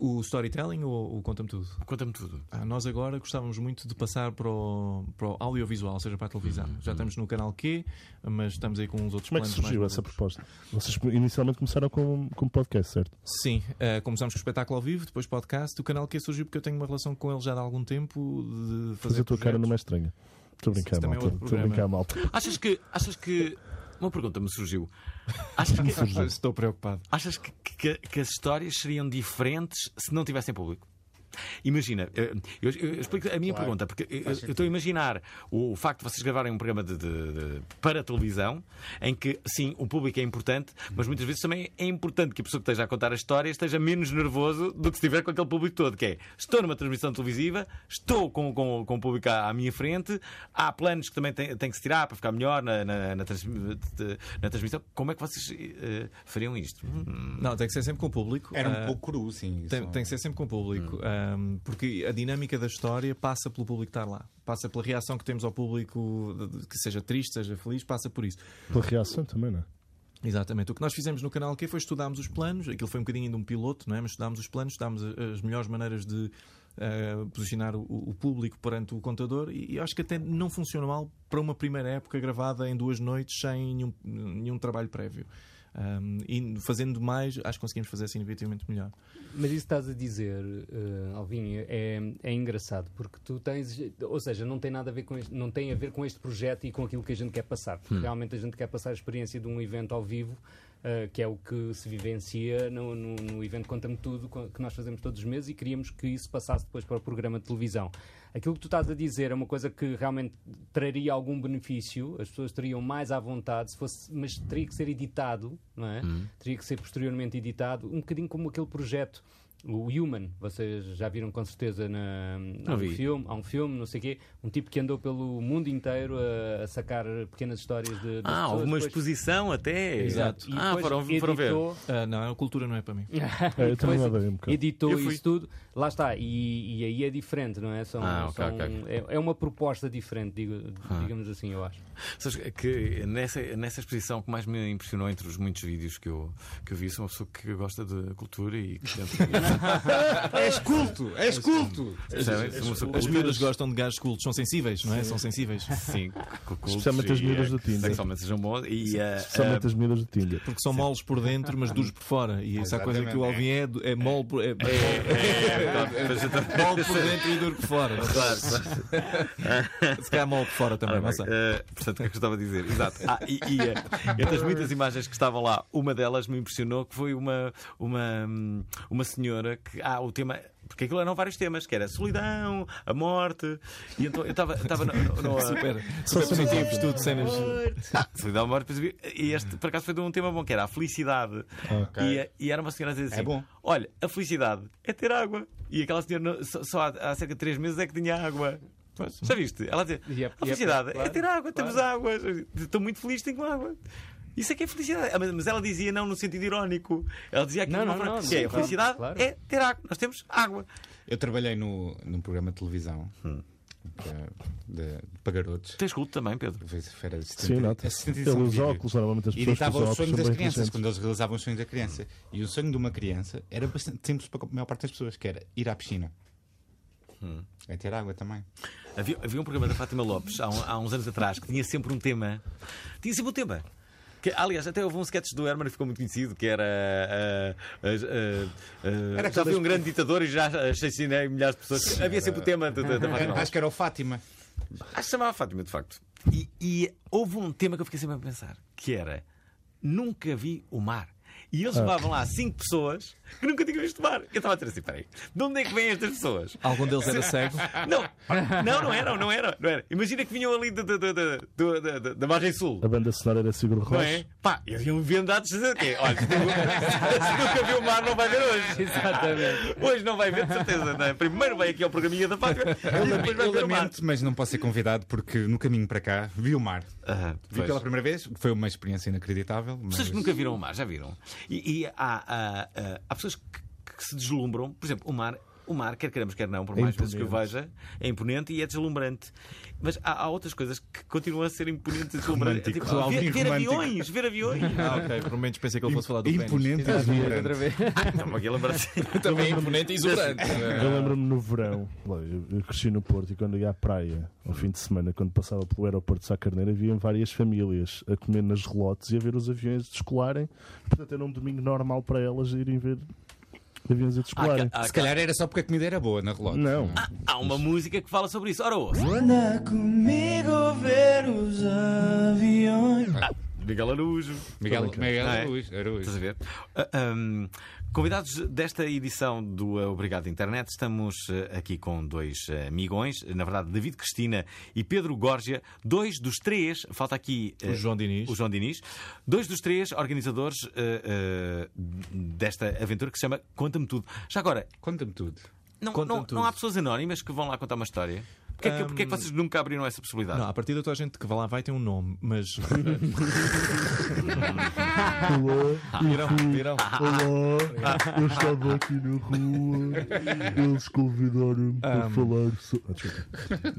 Speaker 5: O storytelling ou o conta-me tudo?
Speaker 1: Conta-me tudo.
Speaker 5: Ah, nós agora gostávamos muito de passar para o, para o audiovisual, ou seja, para a televisão. Já estamos no canal Q, mas estamos aí com uns outros
Speaker 4: Como é que
Speaker 5: planos
Speaker 4: surgiu
Speaker 5: mais
Speaker 4: essa
Speaker 5: malucos.
Speaker 4: proposta? Vocês inicialmente começaram com, com podcast, certo?
Speaker 5: Sim, eh, começámos com o espetáculo ao vivo, depois podcast. O canal Q surgiu porque eu tenho uma relação com ele já há algum tempo de fazer.
Speaker 4: Mas a tua cara
Speaker 5: projetos.
Speaker 4: não é estranha. Estou a brincar,
Speaker 5: Isso também é
Speaker 4: malta.
Speaker 5: outro
Speaker 4: Estou a brincar, malta.
Speaker 1: Achas que. Achas que... Uma pergunta me surgiu. Achas que,
Speaker 5: Estou preocupado.
Speaker 1: Achas que, que- que as histórias seriam diferentes se não tivessem público? Imagina, eh, eu, eu explico a minha pergunta, porque eu- eu eu estou a imaginar o facto de vocês gravarem um programa de, de- de- para televisão, em que sim, o público é importante, mas muitas vezes também é importante que a pessoa que esteja a contar a história esteja menos nervoso do que se estiver com aquele público todo, que é estou numa transmissão televisiva, estou com, com, com o público à, à minha frente, há planos que também têm têm que se tirar para ficar melhor na, na- na trans- na transmissão. Como é que vocês eh, fariam isto? Hum.
Speaker 5: Não, tem que ser sempre com o público.
Speaker 3: Era um
Speaker 5: Ah,
Speaker 3: pouco cru, sim.
Speaker 5: Tem,
Speaker 3: só-
Speaker 5: tem que ser sempre com o público, ahm, porque a dinâmica da história passa pelo público estar lá, passa pela reação que temos ao público, de- de- que seja triste, seja feliz, passa por isso.
Speaker 4: Pela reação também, não é?
Speaker 5: Exatamente. O que nós fizemos no canal Q foi estudarmos os planos, aquilo foi um bocadinho de um piloto, não é? mas estudámos os planos, estudámos a- as melhores maneiras de eh, posicionar o, o público perante o contador e, e acho que até não funciona mal para uma primeira época gravada em duas noites sem nenhum, nenhum trabalho prévio. Ahm, e fazendo mais, acho que conseguimos fazer significativamente melhor.
Speaker 2: Mas isso que estás a dizer, eh, Alvinho, é, é engraçado, porque tu tens, ou seja, não tem nada a ver com este, não tem a ver com este projeto e com aquilo que a gente quer passar. Porque realmente a gente quer passar a experiência de um evento ao vivo, eh, que é o que se vivencia no, no, no evento Conta-me Tudo, co- que nós fazemos todos os meses, e queríamos que isso passasse depois para o programa de televisão. Aquilo que tu estás a dizer é uma coisa que realmente traria algum benefício, as pessoas teriam mais à vontade, se fosse, mas teria que ser editado, não é?
Speaker 1: Uhum.
Speaker 2: Teria que ser posteriormente editado, um bocadinho como aquele projeto, o Human, vocês já viram com certeza na, há, um
Speaker 1: vi.
Speaker 2: filme, há um filme, não sei o quê, um tipo que andou pelo mundo inteiro a, a sacar pequenas histórias de, das
Speaker 1: Ah,
Speaker 2: pessoas,
Speaker 1: houve uma
Speaker 2: depois-
Speaker 1: exposição até.
Speaker 5: Exato.
Speaker 2: E
Speaker 1: Ah,
Speaker 2: depois
Speaker 1: foram, foram ver.
Speaker 2: editou-
Speaker 5: Ah, não, a cultura não é para mim.
Speaker 4: É, eu também
Speaker 2: Depois
Speaker 4: adorei um bocado.
Speaker 2: editou
Speaker 1: Eu fui.
Speaker 2: isso tudo, lá está, e, e aí é diferente, não é? São,
Speaker 1: Ah, ok,
Speaker 2: são-
Speaker 1: ok.
Speaker 2: É, é uma proposta diferente, digo-
Speaker 5: Ah.
Speaker 2: digamos assim, eu acho.
Speaker 1: Sabes que nessa, nessa exposição o que mais me impressionou entre os muitos vídeos que eu, que eu vi, sou uma pessoa que gosta de cultura e que tenta.
Speaker 3: És culto! És culto!
Speaker 1: percebem? Sou uma pessoa
Speaker 5: As
Speaker 1: culta.
Speaker 5: miúdas gostam de gajos cultos, são sensíveis, não é? São sensíveis.
Speaker 1: Sim, cu- cultos
Speaker 4: Especialmente as
Speaker 1: e,
Speaker 4: miúdas
Speaker 1: eh,
Speaker 4: do Tinder.
Speaker 1: Sexualmente sejam bons. E,
Speaker 5: É,
Speaker 1: eh,
Speaker 4: Especialmente as miúdas do Tinder.
Speaker 5: Porque são moles por dentro, mas duros por fora. E essa é a coisa que o Alvin é, é mole por, é,
Speaker 1: eh,
Speaker 5: mole por dentro e duro por fora.
Speaker 1: Claro, claro.
Speaker 5: Se calhar mole por fora também, não sei.
Speaker 1: Eh, portanto, o que é que eu estava a dizer? Exato. Ah, e, e, eh, entre as muitas imagens que estavam lá, uma delas me impressionou que foi uma, uma, hum, uma senhora que. Ah, o tema. Porque aquilo eram vários temas, que era a solidão, a morte. E então eu estava. estava no- no- no-
Speaker 5: Super, super positivos, tudo, cenas.
Speaker 1: Ah, solidão, a morte. depois vi- E este, por acaso, foi de um tema bom, que era a felicidade. E, eh, e era uma senhora a dizer assim:
Speaker 3: É bom.
Speaker 1: Olha, a felicidade é ter água. E aquela senhora, no- só, só há, há cerca de 3 meses, é que tinha água. Já viste? Ela dizia,
Speaker 2: E é-
Speaker 1: a
Speaker 2: e é-
Speaker 1: felicidade é
Speaker 2: claro,
Speaker 1: ter água,
Speaker 2: claro.
Speaker 1: temos água. Estou muito feliz, tenho água. Isso é que é felicidade. Ah, Mas mas ela dizia não no sentido irónico. Ela dizia aqui
Speaker 2: Não,
Speaker 1: de uma
Speaker 2: não,
Speaker 1: forma
Speaker 2: não,
Speaker 1: que é,
Speaker 2: não,
Speaker 1: a felicidade
Speaker 2: claro, claro.
Speaker 1: é ter água. Nós temos água.
Speaker 3: Eu trabalhei no, num programa de televisão para, de- para garotos.
Speaker 1: Tens culto também, Pedro.
Speaker 3: Era 70,
Speaker 4: Sim, nota.
Speaker 3: é 70
Speaker 4: Ele usa
Speaker 3: vídeo.
Speaker 4: óculos, normalmente as
Speaker 3: E
Speaker 4: pessoas que
Speaker 3: ditava
Speaker 4: usam
Speaker 3: os
Speaker 4: óculos
Speaker 3: sonhos
Speaker 4: são
Speaker 3: das
Speaker 4: bem
Speaker 3: crianças,
Speaker 4: inteligentes.
Speaker 3: quando eles realizavam os sonhos da criança. E o sonho de uma criança era bastante simples para a maior parte das pessoas, que era ir à piscina. É ter água também.
Speaker 1: Havia, havia um programa da Fátima Lopes, há, um- há uns anos atrás, que tinha sempre um tema. Tinha sempre um tema. Que, aliás, até houve um sketch do Herman que ficou muito conhecido, que era. ah, ah, ah, ah,
Speaker 3: Era
Speaker 1: já fui
Speaker 3: aquelas-
Speaker 1: um grande ditador e já assassinei milhares de pessoas. havia sempre o tema da, da, da Fátima Lopes.
Speaker 3: Acho que era o Fátima.
Speaker 1: Acho que chamava Fátima, de facto. E, e houve um tema que eu fiquei sempre a pensar, que era Nunca vi o mar. E eles levavam lá cinco pessoas que nunca tinham visto o mar. Eu estava a dizer assim, peraí, de onde é que vêm estas pessoas?
Speaker 5: Algum deles era cego?
Speaker 1: Não, não, não eram, não eram, não eram. Imagina que vinham ali da, da, da, da, da- da- da- da margem sul.
Speaker 4: A banda sonora era Sigur Rós.
Speaker 1: Não é? Pá, eles iam vendados fazer o quê? é, Olha, se nunca, se nunca viu o mar, não vai ver hoje.
Speaker 2: Exatamente.
Speaker 1: Hoje não vai ver, de certeza. Não é? Primeiro vai aqui ao programinha da Fátima
Speaker 3: Eu,
Speaker 1: e depois
Speaker 3: lamento,
Speaker 1: vai
Speaker 3: eu
Speaker 1: ver o mar.
Speaker 3: lamento, mas não posso ser convidado porque no caminho para cá vi o mar.
Speaker 1: Ah,
Speaker 3: Vi
Speaker 1: pois.
Speaker 3: pela primeira vez, foi uma experiência inacreditável. Mas...
Speaker 1: Pessoas que nunca viram o mar, já viram? E, e há, há- há- há pessoas que, que se deslumbram, por exemplo, o mar. O mar, quer queremos, quer não, por mais vezes que o veja, é imponente e é deslumbrante. Mas há, há outras coisas que continuam a ser imponentes e deslumbrantes. É
Speaker 3: Romântico,
Speaker 1: tipo,
Speaker 3: Alvin,
Speaker 1: ver, ver
Speaker 3: romântico.
Speaker 1: aviões, ver aviões.
Speaker 5: Ah, ok. Por momentos pensei que ele fosse falar do pênis.
Speaker 3: Imponente.
Speaker 2: Exatamente, outra vez.
Speaker 1: Estava aqui a lembrar-se.
Speaker 6: Também imponente e exuberante.
Speaker 4: Eu lembro-me no verão, lá, eu eu cresci no Porto e quando ia à praia, ao fim de semana, quando passava pelo aeroporto de Sá Carneiro, havia várias famílias a comer nas relotes e a ver os aviões descolarem. Portanto, era um domingo normal para elas irem ver aviões a descolarem.
Speaker 1: Há-
Speaker 3: Se calhar era só porque a comida era boa na relógio.
Speaker 4: Não.
Speaker 1: Há uma música que fala sobre isso. Ora, ouça.
Speaker 7: Anda comigo ver os aviões.
Speaker 1: Ah, Miguel Arujo.
Speaker 3: Miguel, Miguel
Speaker 1: Não é?
Speaker 3: Araújo, Araújo.
Speaker 1: Estás a ver? Ah, ahm, convidados desta edição do ah, Obrigado Internet, estamos ah, aqui com dois ah, amigões, na verdade, David Cristina e Pedro Górgia, dois dos três, falta aqui ah,
Speaker 5: O João Diniz.
Speaker 1: o João Diniz, dois dos três organizadores ah, ah, desta aventura que se chama Conta-me Tudo. Já agora,
Speaker 3: Conta-me tudo.
Speaker 1: não,
Speaker 5: Conta-me
Speaker 1: não-
Speaker 5: tudo.
Speaker 1: não há pessoas anónimas que vão lá contar uma história? Porquê é que, porquê é que vocês nunca abriram essa possibilidade?
Speaker 5: Não, a partir da tua gente que vai lá vai ter um nome, mas. eh, Virão, virão.
Speaker 4: Olá, eu estava aqui na rua, eles convidaram-me para falar sobre. Ah,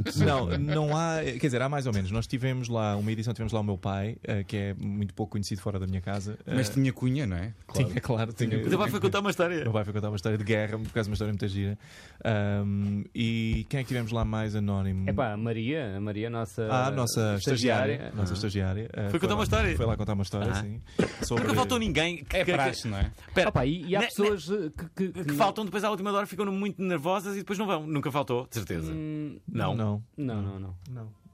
Speaker 4: desculpa.
Speaker 5: Não, não há. Quer dizer, há mais ou menos. Nós tivemos lá, uma edição tivemos lá o meu pai, eh, que é muito pouco conhecido fora da minha casa. Eh,
Speaker 3: Mas tinha cunha, não é?
Speaker 5: tinha, claro, tinha.
Speaker 1: Mas agora foi contar uma história.
Speaker 5: Meu pai foi contar uma história de guerra, por acaso uma história muito gira. Ahm, e quem é que tivemos lá mais anónimo?
Speaker 2: É pá, a Maria, a Maria, nossa,
Speaker 5: Ah, a nossa estagiária. Nossa estagiária. eh,
Speaker 1: Ah. Foi contar
Speaker 5: lá-
Speaker 1: uma história?
Speaker 5: Foi lá contar uma história,
Speaker 1: Ah.
Speaker 5: sim.
Speaker 1: Nunca
Speaker 5: Sobre-
Speaker 1: faltou ninguém que,
Speaker 3: É
Speaker 1: que-
Speaker 3: praxe, não é?
Speaker 1: Espera,
Speaker 2: Opa, e, e há
Speaker 5: Né,
Speaker 1: Ne-
Speaker 2: pessoas eh, que, que,
Speaker 1: que faltam depois à última hora, ficam muito nervosas e depois não vão. Nunca faltou, de certeza.
Speaker 2: Hum,
Speaker 1: Não.
Speaker 5: Não.
Speaker 2: Não, não, não.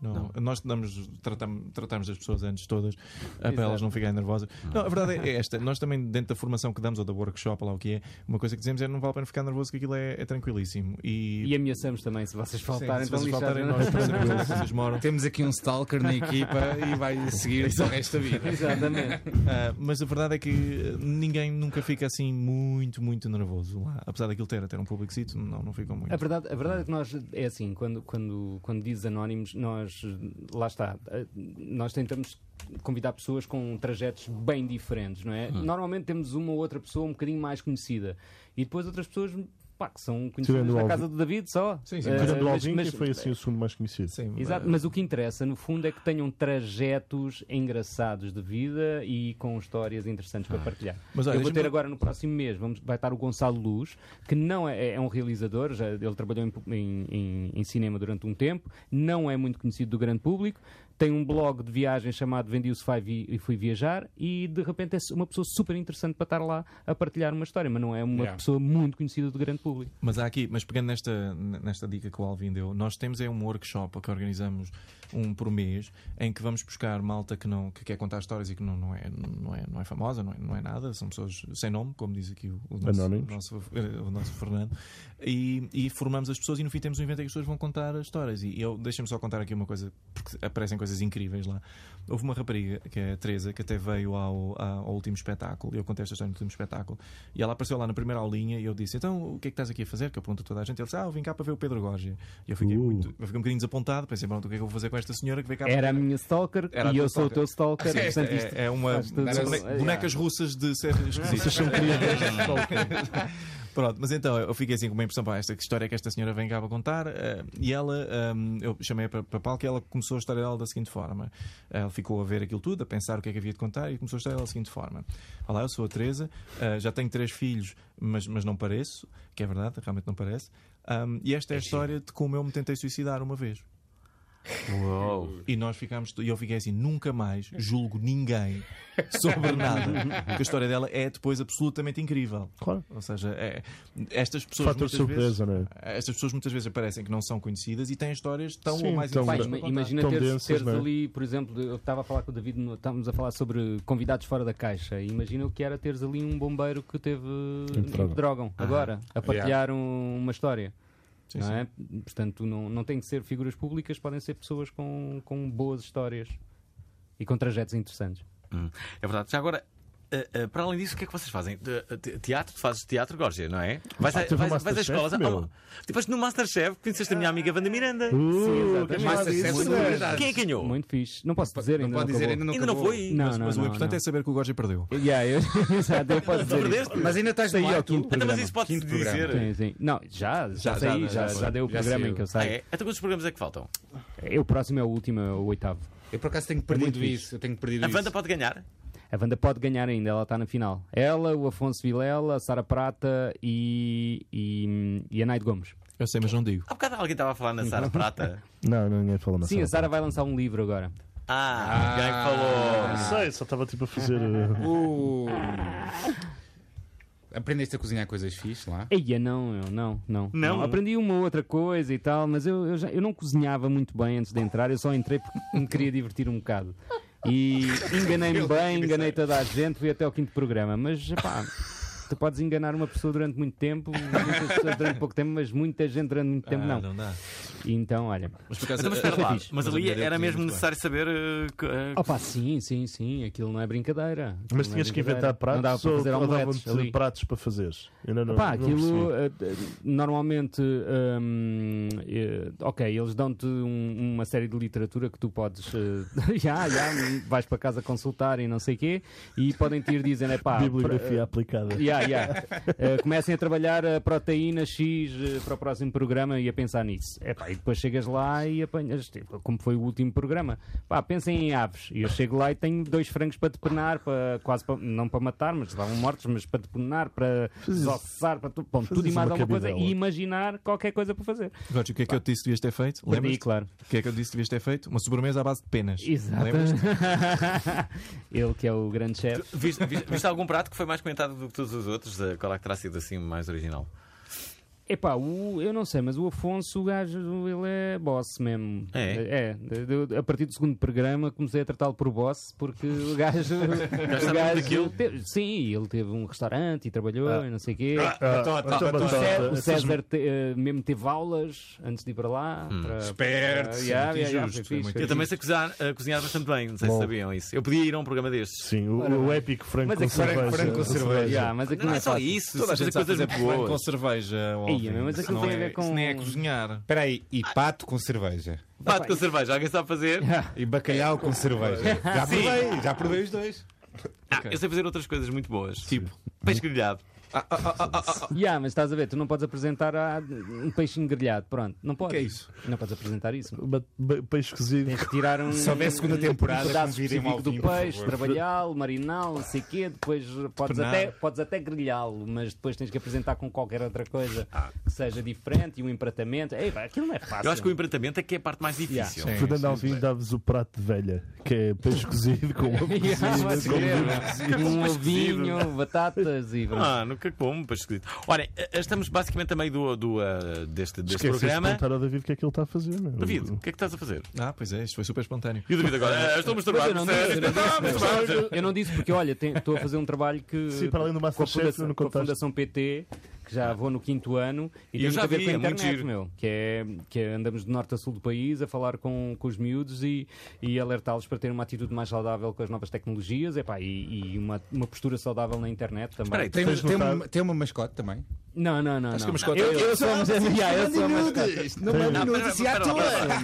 Speaker 5: Não, não. Nós damos, tratam- tratamos as pessoas antes todas eh, para elas não ficarem nervosas.
Speaker 1: Ah.
Speaker 5: Não, a verdade é esta. Nós também, dentro da formação que damos ou da workshop, ou lá o que é, uma coisa que dizemos é não vale a pena ficar nervoso, que aquilo é, é tranquilíssimo. E,
Speaker 2: E
Speaker 1: é-
Speaker 2: ameaçamos também, se vocês
Speaker 5: Sim,
Speaker 2: faltarem,
Speaker 5: se vocês
Speaker 2: estão
Speaker 5: faltarem, nós
Speaker 2: lixados, não é?
Speaker 5: sabemos onde vocês moram.
Speaker 3: Temos aqui um stalker na equipa e vai seguir o resto da vida.
Speaker 2: Exatamente.
Speaker 5: Ah, mas a verdade é que eh, ninguém nunca fica assim muito, muito nervoso lá. Apesar daquilo ter, ter um público, não, não ficam muito.
Speaker 2: A verdade, a verdade é que nós, é assim, quando, quando, quando dizes anónimos, nós, eh, lá está, eh, nós tentamos convidar pessoas com trajetos bem diferentes, não
Speaker 4: Hum.
Speaker 2: é? Normalmente temos uma ou outra pessoa um bocadinho mais conhecida e depois outras pessoas, pá, que são conhecidas
Speaker 4: Tirando o
Speaker 2: na
Speaker 4: Alvin.
Speaker 2: casa do David só.
Speaker 5: Sim, sim,
Speaker 2: Eh,
Speaker 4: Tirando o
Speaker 2: mas-
Speaker 4: Alvin,
Speaker 2: mas-
Speaker 4: que foi assim o segundo mais conhecido.
Speaker 5: Sim,
Speaker 2: Exato,
Speaker 5: eh,
Speaker 2: mas o que interessa, no fundo, é que tenham trajetos engraçados de vida e com histórias interessantes para partilhar.
Speaker 5: Ah. Mas, olha,
Speaker 2: Eu vou
Speaker 5: deixa-me-
Speaker 2: ter agora no próximo mês, vamos, vai estar o Gonçalo Luz, que não é, é um realizador, já, ele trabalhou em, pu- em- em- em cinema durante um tempo, não é muito conhecido do grande público, tem um blog de viagem chamado Vendi-se e Fui Viajar, e de repente é uma pessoa super interessante para estar lá a partilhar uma história, mas não é uma
Speaker 3: Yeah.
Speaker 2: pessoa muito conhecida do grande público.
Speaker 5: Mas há aqui, mas pegando nesta, nesta dica que o Alvin deu, nós temos é um workshop que organizamos um por mês em que vamos buscar malta que não que quer contar histórias e que não, não, é, não, é, não é famosa, não é, não é nada, são pessoas sem nome, como diz aqui o, o nosso, o,
Speaker 4: Anónimos.
Speaker 5: nosso, eh, o nosso Fernando, e, e formamos as pessoas e no fim temos um evento em que as pessoas vão contar as histórias. E eu deixa-me só contar aqui uma coisa, porque aparecem coisas incríveis lá. Houve uma rapariga, que é a Teresa, que até veio ao, a- ao último espetáculo, e eu contei esta história no último espetáculo, e ela apareceu lá na primeira aulinha e eu disse: Então, o que é que estás aqui a fazer? Que eu pergunto a toda a gente. Ele disse: Ah, eu vim cá para ver o Pedro Gorgia. E eu fiquei,
Speaker 4: Uh.
Speaker 5: muito, eu fiquei um bocadinho desapontado, pensei: Pronto, o que é que eu vou fazer com esta senhora que veio cá
Speaker 2: Era a
Speaker 5: para
Speaker 2: minha stalker
Speaker 5: Era a
Speaker 2: e
Speaker 5: tua
Speaker 2: eu sou o teu stalker,
Speaker 5: É,
Speaker 2: portanto
Speaker 5: é-
Speaker 2: isto
Speaker 5: é uma.
Speaker 2: faz tudo-
Speaker 5: bone- bonecas russas de séries esquisitas.
Speaker 4: Vocês são criadas de stalker.
Speaker 5: Pronto, mas então eu fiquei assim com uma impressão, pá, esta que história é que esta senhora vem cá para contar. eh, e ela, ehm, eu chamei-a para, para palco e ela começou a história dela da seguinte forma. Ela ficou a ver aquilo tudo, a pensar o que é que havia de contar e começou a história dela da seguinte forma: Olá, eu sou a Teresa, eh, já tenho três filhos, mas, mas não pareço, que é verdade, realmente não parece. Ahm, e esta é a história de como eu me tentei suicidar uma vez.
Speaker 1: Uou.
Speaker 5: E nós ficámos, e eu fiquei assim, nunca mais julgo ninguém sobre nada. Porque a história dela é depois absolutamente incrível.
Speaker 4: Claro.
Speaker 5: Ou seja, é- estas pessoas.
Speaker 4: Fator
Speaker 5: muitas
Speaker 4: surpresa, não é?
Speaker 5: Vezes, estas pessoas muitas vezes parecem que não são conhecidas e têm histórias tão
Speaker 4: Sim,
Speaker 5: ou mais
Speaker 4: tão-
Speaker 2: Pá,
Speaker 5: incríveis.
Speaker 2: ima-
Speaker 5: para contar.
Speaker 2: imagina
Speaker 4: Tão
Speaker 2: teres,
Speaker 4: densos,
Speaker 2: teres
Speaker 4: não é?
Speaker 2: ali, por exemplo, eu estava a falar com o David, no- estávamos a falar sobre convidados fora da caixa. E imagina o que era teres ali um bombeiro que teve
Speaker 4: Drogão.
Speaker 2: drogam, drogam agora, a partilhar um- uma história.
Speaker 5: Sim,
Speaker 2: não
Speaker 5: sim.
Speaker 2: é? Portanto, não, não tem que ser figuras públicas, podem ser pessoas com, com boas histórias e com trajetos interessantes.
Speaker 1: Hum, É verdade. Já agora, eh, eh, para além disso, o que é que vocês fazem? Eh, te- Teatro? Tu fazes teatro, Górgia, não é? Vais, a-
Speaker 4: teve o
Speaker 1: vais, vais à
Speaker 4: Ah, Masterchef,
Speaker 1: escola.
Speaker 4: meu.
Speaker 1: Depois no Masterchef conheceste a minha amiga Wanda Miranda.
Speaker 4: Uh,
Speaker 2: exatamente.
Speaker 4: que
Speaker 2: Mas
Speaker 4: mal
Speaker 2: sucesso
Speaker 4: isso,
Speaker 2: de
Speaker 4: né?
Speaker 8: celebridades.
Speaker 1: Quem é que ganhou?
Speaker 2: Muito fixe. Não posso dizer,
Speaker 3: não
Speaker 2: é ainda
Speaker 3: pode
Speaker 2: não
Speaker 3: dizer,
Speaker 2: acabou.
Speaker 3: ainda não
Speaker 1: Ainda não
Speaker 3: acabou.
Speaker 1: foi?
Speaker 2: Não,
Speaker 5: Mas,
Speaker 2: não,
Speaker 5: mas
Speaker 2: não,
Speaker 5: o importante
Speaker 2: não.
Speaker 5: é saber que o Gorgi perdeu.
Speaker 2: Yeah, eu- Exato, eu posso dizer. isso.
Speaker 1: Perdeste?
Speaker 3: Mas ainda estás
Speaker 2: Saiu
Speaker 3: no ar,
Speaker 2: ao
Speaker 3: tu?
Speaker 2: quinto
Speaker 1: Então, mas isso pode-se
Speaker 3: Quinto programa.
Speaker 1: dizer.
Speaker 2: Sim, sim. Não, já, já,
Speaker 5: Já,
Speaker 2: saí,
Speaker 5: já, já,
Speaker 2: já,
Speaker 5: já.
Speaker 2: já deu o
Speaker 3: Já
Speaker 2: programa
Speaker 3: saiu.
Speaker 2: em que eu
Speaker 1: Ah,
Speaker 2: saio.
Speaker 1: é? Até quantos programas é que faltam?
Speaker 2: É, O próximo é o último, é o oitavo.
Speaker 3: Eu por acaso tenho perdido isso. Eu tenho perdido
Speaker 1: A Wanda
Speaker 3: isso.
Speaker 1: pode ganhar?
Speaker 2: A Wanda pode ganhar ainda, ela está na final. Ela, o Afonso Vilela, a Sara Prata e, e, e a Naide Gomes.
Speaker 5: Eu sei, mas não digo.
Speaker 1: Há bocado alguém estava a falar na Sara Prata.
Speaker 4: Não, não, ninguém fala na
Speaker 2: Sim, a
Speaker 4: sala.
Speaker 2: Sara vai lançar um livro agora.
Speaker 1: Ah, alguém falou.
Speaker 4: Não sei, só estava tipo a fazer.
Speaker 2: Ah,
Speaker 4: uh,
Speaker 3: Uh. Aprendeste a cozinhar coisas fixe lá?
Speaker 2: Eia, não, eu não, não,
Speaker 1: Não?
Speaker 2: Aprendi uma outra coisa e tal, mas eu, eu, já- eu não cozinhava muito bem antes de entrar, eu só entrei porque me queria divertir um bocado. E enganei-me bem, enganei toda a gente, fui até o quinto programa, mas pá. Tu podes enganar uma pessoa durante muito tempo, muitas pessoas durante pouco tempo, mas muita gente durante muito tempo
Speaker 5: Ah,
Speaker 2: não.
Speaker 5: dá.
Speaker 2: E então, olha.
Speaker 5: Mas por acaso,
Speaker 1: Então, mas espera
Speaker 5: eh,
Speaker 1: lá.
Speaker 5: fiz.
Speaker 1: Mas
Speaker 5: a
Speaker 1: ali
Speaker 5: mulher dele
Speaker 1: era
Speaker 5: cozinha
Speaker 1: mesmo
Speaker 5: muito bem.
Speaker 1: necessário saber. eh, que- eh,
Speaker 2: Opa, sim, sim, sim, aquilo não é brincadeira. Aquilo
Speaker 4: Mas
Speaker 2: não é
Speaker 4: tinhas que
Speaker 2: brincadeira.
Speaker 4: inventar
Speaker 2: Não dava
Speaker 4: pratos
Speaker 2: para
Speaker 4: ou,
Speaker 2: fazer
Speaker 4: ou
Speaker 2: omeletes
Speaker 4: davam-te
Speaker 2: ali.
Speaker 4: pratos para fazeres? Ainda não,
Speaker 2: Pá,
Speaker 4: não
Speaker 2: aquilo
Speaker 4: percebi.
Speaker 2: eh, eh, normalmente, hum, eh, ok, eles dão-te um- uma série de literatura que tu podes, eh, já, já, vais para casa consultar e não sei quê, e podem-te ir dizendo, é
Speaker 4: Ah,
Speaker 2: pá,
Speaker 4: Bibliografia aplicada.
Speaker 2: Yeah, yeah. Uh, comecem a trabalhar a proteína X uh, para o próximo programa e a pensar nisso. Epá, e depois chegas lá e apanhas, tipo, como foi o último programa. Pá, pensem em aves. E eu chego lá e tenho dois frangos para depenar, para, quase para- não para matar, mas estavam mortos, mas para depenar, para desossar, para tu- bom, tudo e mais
Speaker 4: uma
Speaker 2: alguma coisa
Speaker 4: cabidela.
Speaker 2: e imaginar qualquer coisa para fazer.
Speaker 5: Gorgi, o que é que eu te disse que devias ter feito?
Speaker 2: Perdi,
Speaker 5: Lembras?
Speaker 2: claro.
Speaker 5: O que é que eu disse que devias ter feito? Uma sobremesa à base de penas.
Speaker 2: Exato.
Speaker 5: Lembras?
Speaker 2: Ele que é o grande chefe.
Speaker 1: Viste, viste- viste algum prato que foi mais comentado do que todos os outros? Eh, Qual é que terá sido assim mais original?
Speaker 2: Epá, o, eu não sei, mas o Afonso, o gajo, ele é boss mesmo.
Speaker 1: É?
Speaker 2: É. Eu, a partir do segundo programa comecei a tratá-lo por boss, porque o gajo. o gajo teve- sim, ele teve um restaurante e trabalhou
Speaker 1: Ah.
Speaker 2: e não sei o quê.
Speaker 4: então,
Speaker 2: o, Cé- o César te- eh, mesmo teve aulas antes de ir para lá.
Speaker 1: Hum.
Speaker 2: para-
Speaker 3: Esperto,
Speaker 2: para- yeah,
Speaker 3: muito
Speaker 2: yeah, yeah,
Speaker 3: injusto,
Speaker 2: foi
Speaker 3: é
Speaker 2: fixe,
Speaker 3: muito
Speaker 2: foi
Speaker 1: Eu também sei cozinhar, eh, cozinhar bastante bem, não sei se
Speaker 4: Bom.
Speaker 1: sabiam isso. Eu podia ir a um programa destes.
Speaker 4: Sim, o, o épico frango
Speaker 2: Mas
Speaker 4: com
Speaker 2: é que-
Speaker 4: cerveja.
Speaker 3: frango com
Speaker 2: fixe.
Speaker 3: cerveja.
Speaker 2: Yeah, mas aquilo
Speaker 1: Não
Speaker 2: não
Speaker 1: é
Speaker 2: é
Speaker 1: só
Speaker 2: fácil.
Speaker 1: isso,
Speaker 5: Toda a gente sabe
Speaker 1: coisas
Speaker 5: fazer pão
Speaker 1: boas.
Speaker 5: com cerveja. ó,
Speaker 2: Ia, mas
Speaker 5: Isso
Speaker 2: aquilo
Speaker 5: não
Speaker 2: tem a
Speaker 5: é-
Speaker 2: ver com-
Speaker 5: Isso nem é cozinhar.
Speaker 3: Espera aí, e pato com cerveja.
Speaker 1: Pato com cerveja, alguém sabe fazer?
Speaker 3: E bacalhau com cerveja. Já provei, já provei os dois.
Speaker 1: Ah, eu sei fazer outras coisas muito boas.
Speaker 5: Tipo,
Speaker 1: Peixe grelhado.
Speaker 2: Yeah, mas estás a ver, tu não podes apresentar ah, um peixinho grelhado, pronto, não podes.
Speaker 5: que é isso?
Speaker 2: Não podes apresentar isso.
Speaker 4: Ba- ba- Peixe cozido.
Speaker 2: Tem que tirar um.
Speaker 3: Se houver segunda
Speaker 2: um
Speaker 3: temporada,
Speaker 2: pedaço
Speaker 3: convidem-me ao
Speaker 2: específico do
Speaker 3: vinho, por
Speaker 2: peixe,
Speaker 3: favor.
Speaker 2: trabalhá-lo, mariná-lo, não sei quê. Depois podes
Speaker 5: Penar.
Speaker 2: até, podes até grelhá-lo, mas depois tens que apresentar com qualquer outra coisa que seja diferente e um empratamento. Ei, pá, aquilo não é fácil.
Speaker 1: Eu acho que o empratamento é que é a parte mais difícil.
Speaker 5: Yeah.
Speaker 4: Fernando Alvim dá-vos o prato de velha, que é peixe cozido com ovo cozido,
Speaker 2: Yeah, mas
Speaker 4: com
Speaker 2: é,
Speaker 4: vinho.
Speaker 2: não é? um ovinho, batatas e.
Speaker 1: Ah, nunca como, peixe esquisito. Olha, eh, estamos basicamente a meio do, do, eh, deste, deste
Speaker 4: Esqueci de
Speaker 1: programa.
Speaker 4: perguntar ao David o que é que ele está a fazer. Meu.
Speaker 1: David, o que é que estás a fazer?
Speaker 5: Ah, pois é, isto foi super espontâneo.
Speaker 1: E o David agora? eh, estou a masturbar,
Speaker 2: Eu não disse, eu
Speaker 1: sério?
Speaker 2: não
Speaker 1: Estou a masturbar.
Speaker 2: Eu não disse porque, olha, tem- estou a fazer um trabalho que.
Speaker 4: Sim, para além do
Speaker 2: com a
Speaker 4: Masterchef,
Speaker 2: Fundação,
Speaker 4: não
Speaker 2: com a
Speaker 4: contaste.
Speaker 2: Fundação PT, que já vou no quinto ano, e
Speaker 1: Eu
Speaker 2: tem
Speaker 1: já
Speaker 2: muito a ver
Speaker 1: vi,
Speaker 2: com a
Speaker 1: é muito
Speaker 2: internet,
Speaker 1: giro.
Speaker 2: meu. Que é, que é andamos de norte a sul do país a falar com, com os miúdos e, e alertá-los para terem uma atitude mais saudável com as novas tecnologias epá, e, e uma, uma postura saudável na internet também.
Speaker 1: Espera aí,
Speaker 3: Tem,
Speaker 1: tens-
Speaker 3: tem uma, tem uma mascote também.
Speaker 2: Não, não, não. não.
Speaker 5: Acho que a mascote
Speaker 2: eu,
Speaker 5: é
Speaker 2: eu sou mas- yeah, eu sou mas-
Speaker 3: Não
Speaker 2: é
Speaker 1: Não,
Speaker 3: mando
Speaker 1: espera,
Speaker 3: nudes e à
Speaker 1: espera,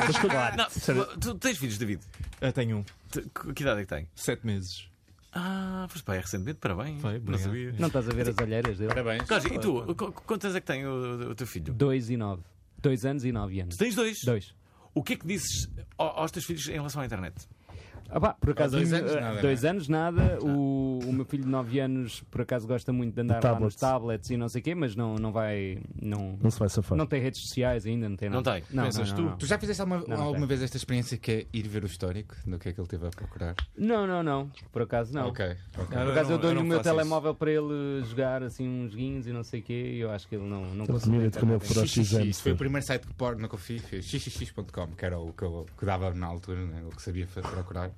Speaker 1: espera,
Speaker 3: toa.
Speaker 2: um
Speaker 1: Não, tu tens filhos, David?
Speaker 5: Ah, tenho um.
Speaker 1: Te- Que idade é que tem?
Speaker 5: Sete meses.
Speaker 1: Ah, foste para aí recentemente, parabéns.
Speaker 5: Foi,
Speaker 1: não
Speaker 5: obrigado.
Speaker 1: sabia.
Speaker 2: Não estás a ver as olheiras dele?
Speaker 3: Parabéns.
Speaker 1: Cláudio, e tu? Qu- Quantas é que tem o, o teu filho?
Speaker 2: Dois e nove. Dois anos e nove anos.
Speaker 1: Tu Tens dois?
Speaker 2: Dois.
Speaker 1: O que é que dizes ao- aos teus filhos em relação à internet?
Speaker 2: Ah, pá, por acaso,
Speaker 3: Ah, dois
Speaker 2: o meu-
Speaker 3: anos nada,
Speaker 2: ah, dois anos nada. O, o meu filho de 9 anos, por acaso, gosta muito de andar lá nos
Speaker 4: tablets.
Speaker 2: tablets e não sei o quê, mas não, não vai. Não,
Speaker 4: Não se vai safar.
Speaker 2: não tem redes sociais ainda, não tem
Speaker 1: Não
Speaker 2: nada.
Speaker 1: tem?
Speaker 2: Não,
Speaker 1: Pensas
Speaker 2: não,
Speaker 1: tu?
Speaker 2: não, não.
Speaker 3: Tu já fizeste alguma,
Speaker 2: não
Speaker 3: alguma
Speaker 2: tem.
Speaker 3: vez esta experiência que é ir ver o histórico do que é que ele esteve a procurar?
Speaker 2: Não, não, não. Por acaso, não.
Speaker 3: Ok. ok.
Speaker 2: Por acaso, eu,
Speaker 5: não-
Speaker 2: dou-lhe
Speaker 5: não
Speaker 2: o meu
Speaker 5: faço isso.
Speaker 2: telemóvel para ele jogar assim uns guinhos e não sei o quê, e eu acho que ele não, não consegue.
Speaker 4: Mira-te quando ele for aos
Speaker 3: XXX,
Speaker 4: 6 anos.
Speaker 3: foi o primeiro site de porno que eu fiz, foi xxx.com, que era o que, eu, que dava na altura, né, o que sabia fa- procurar.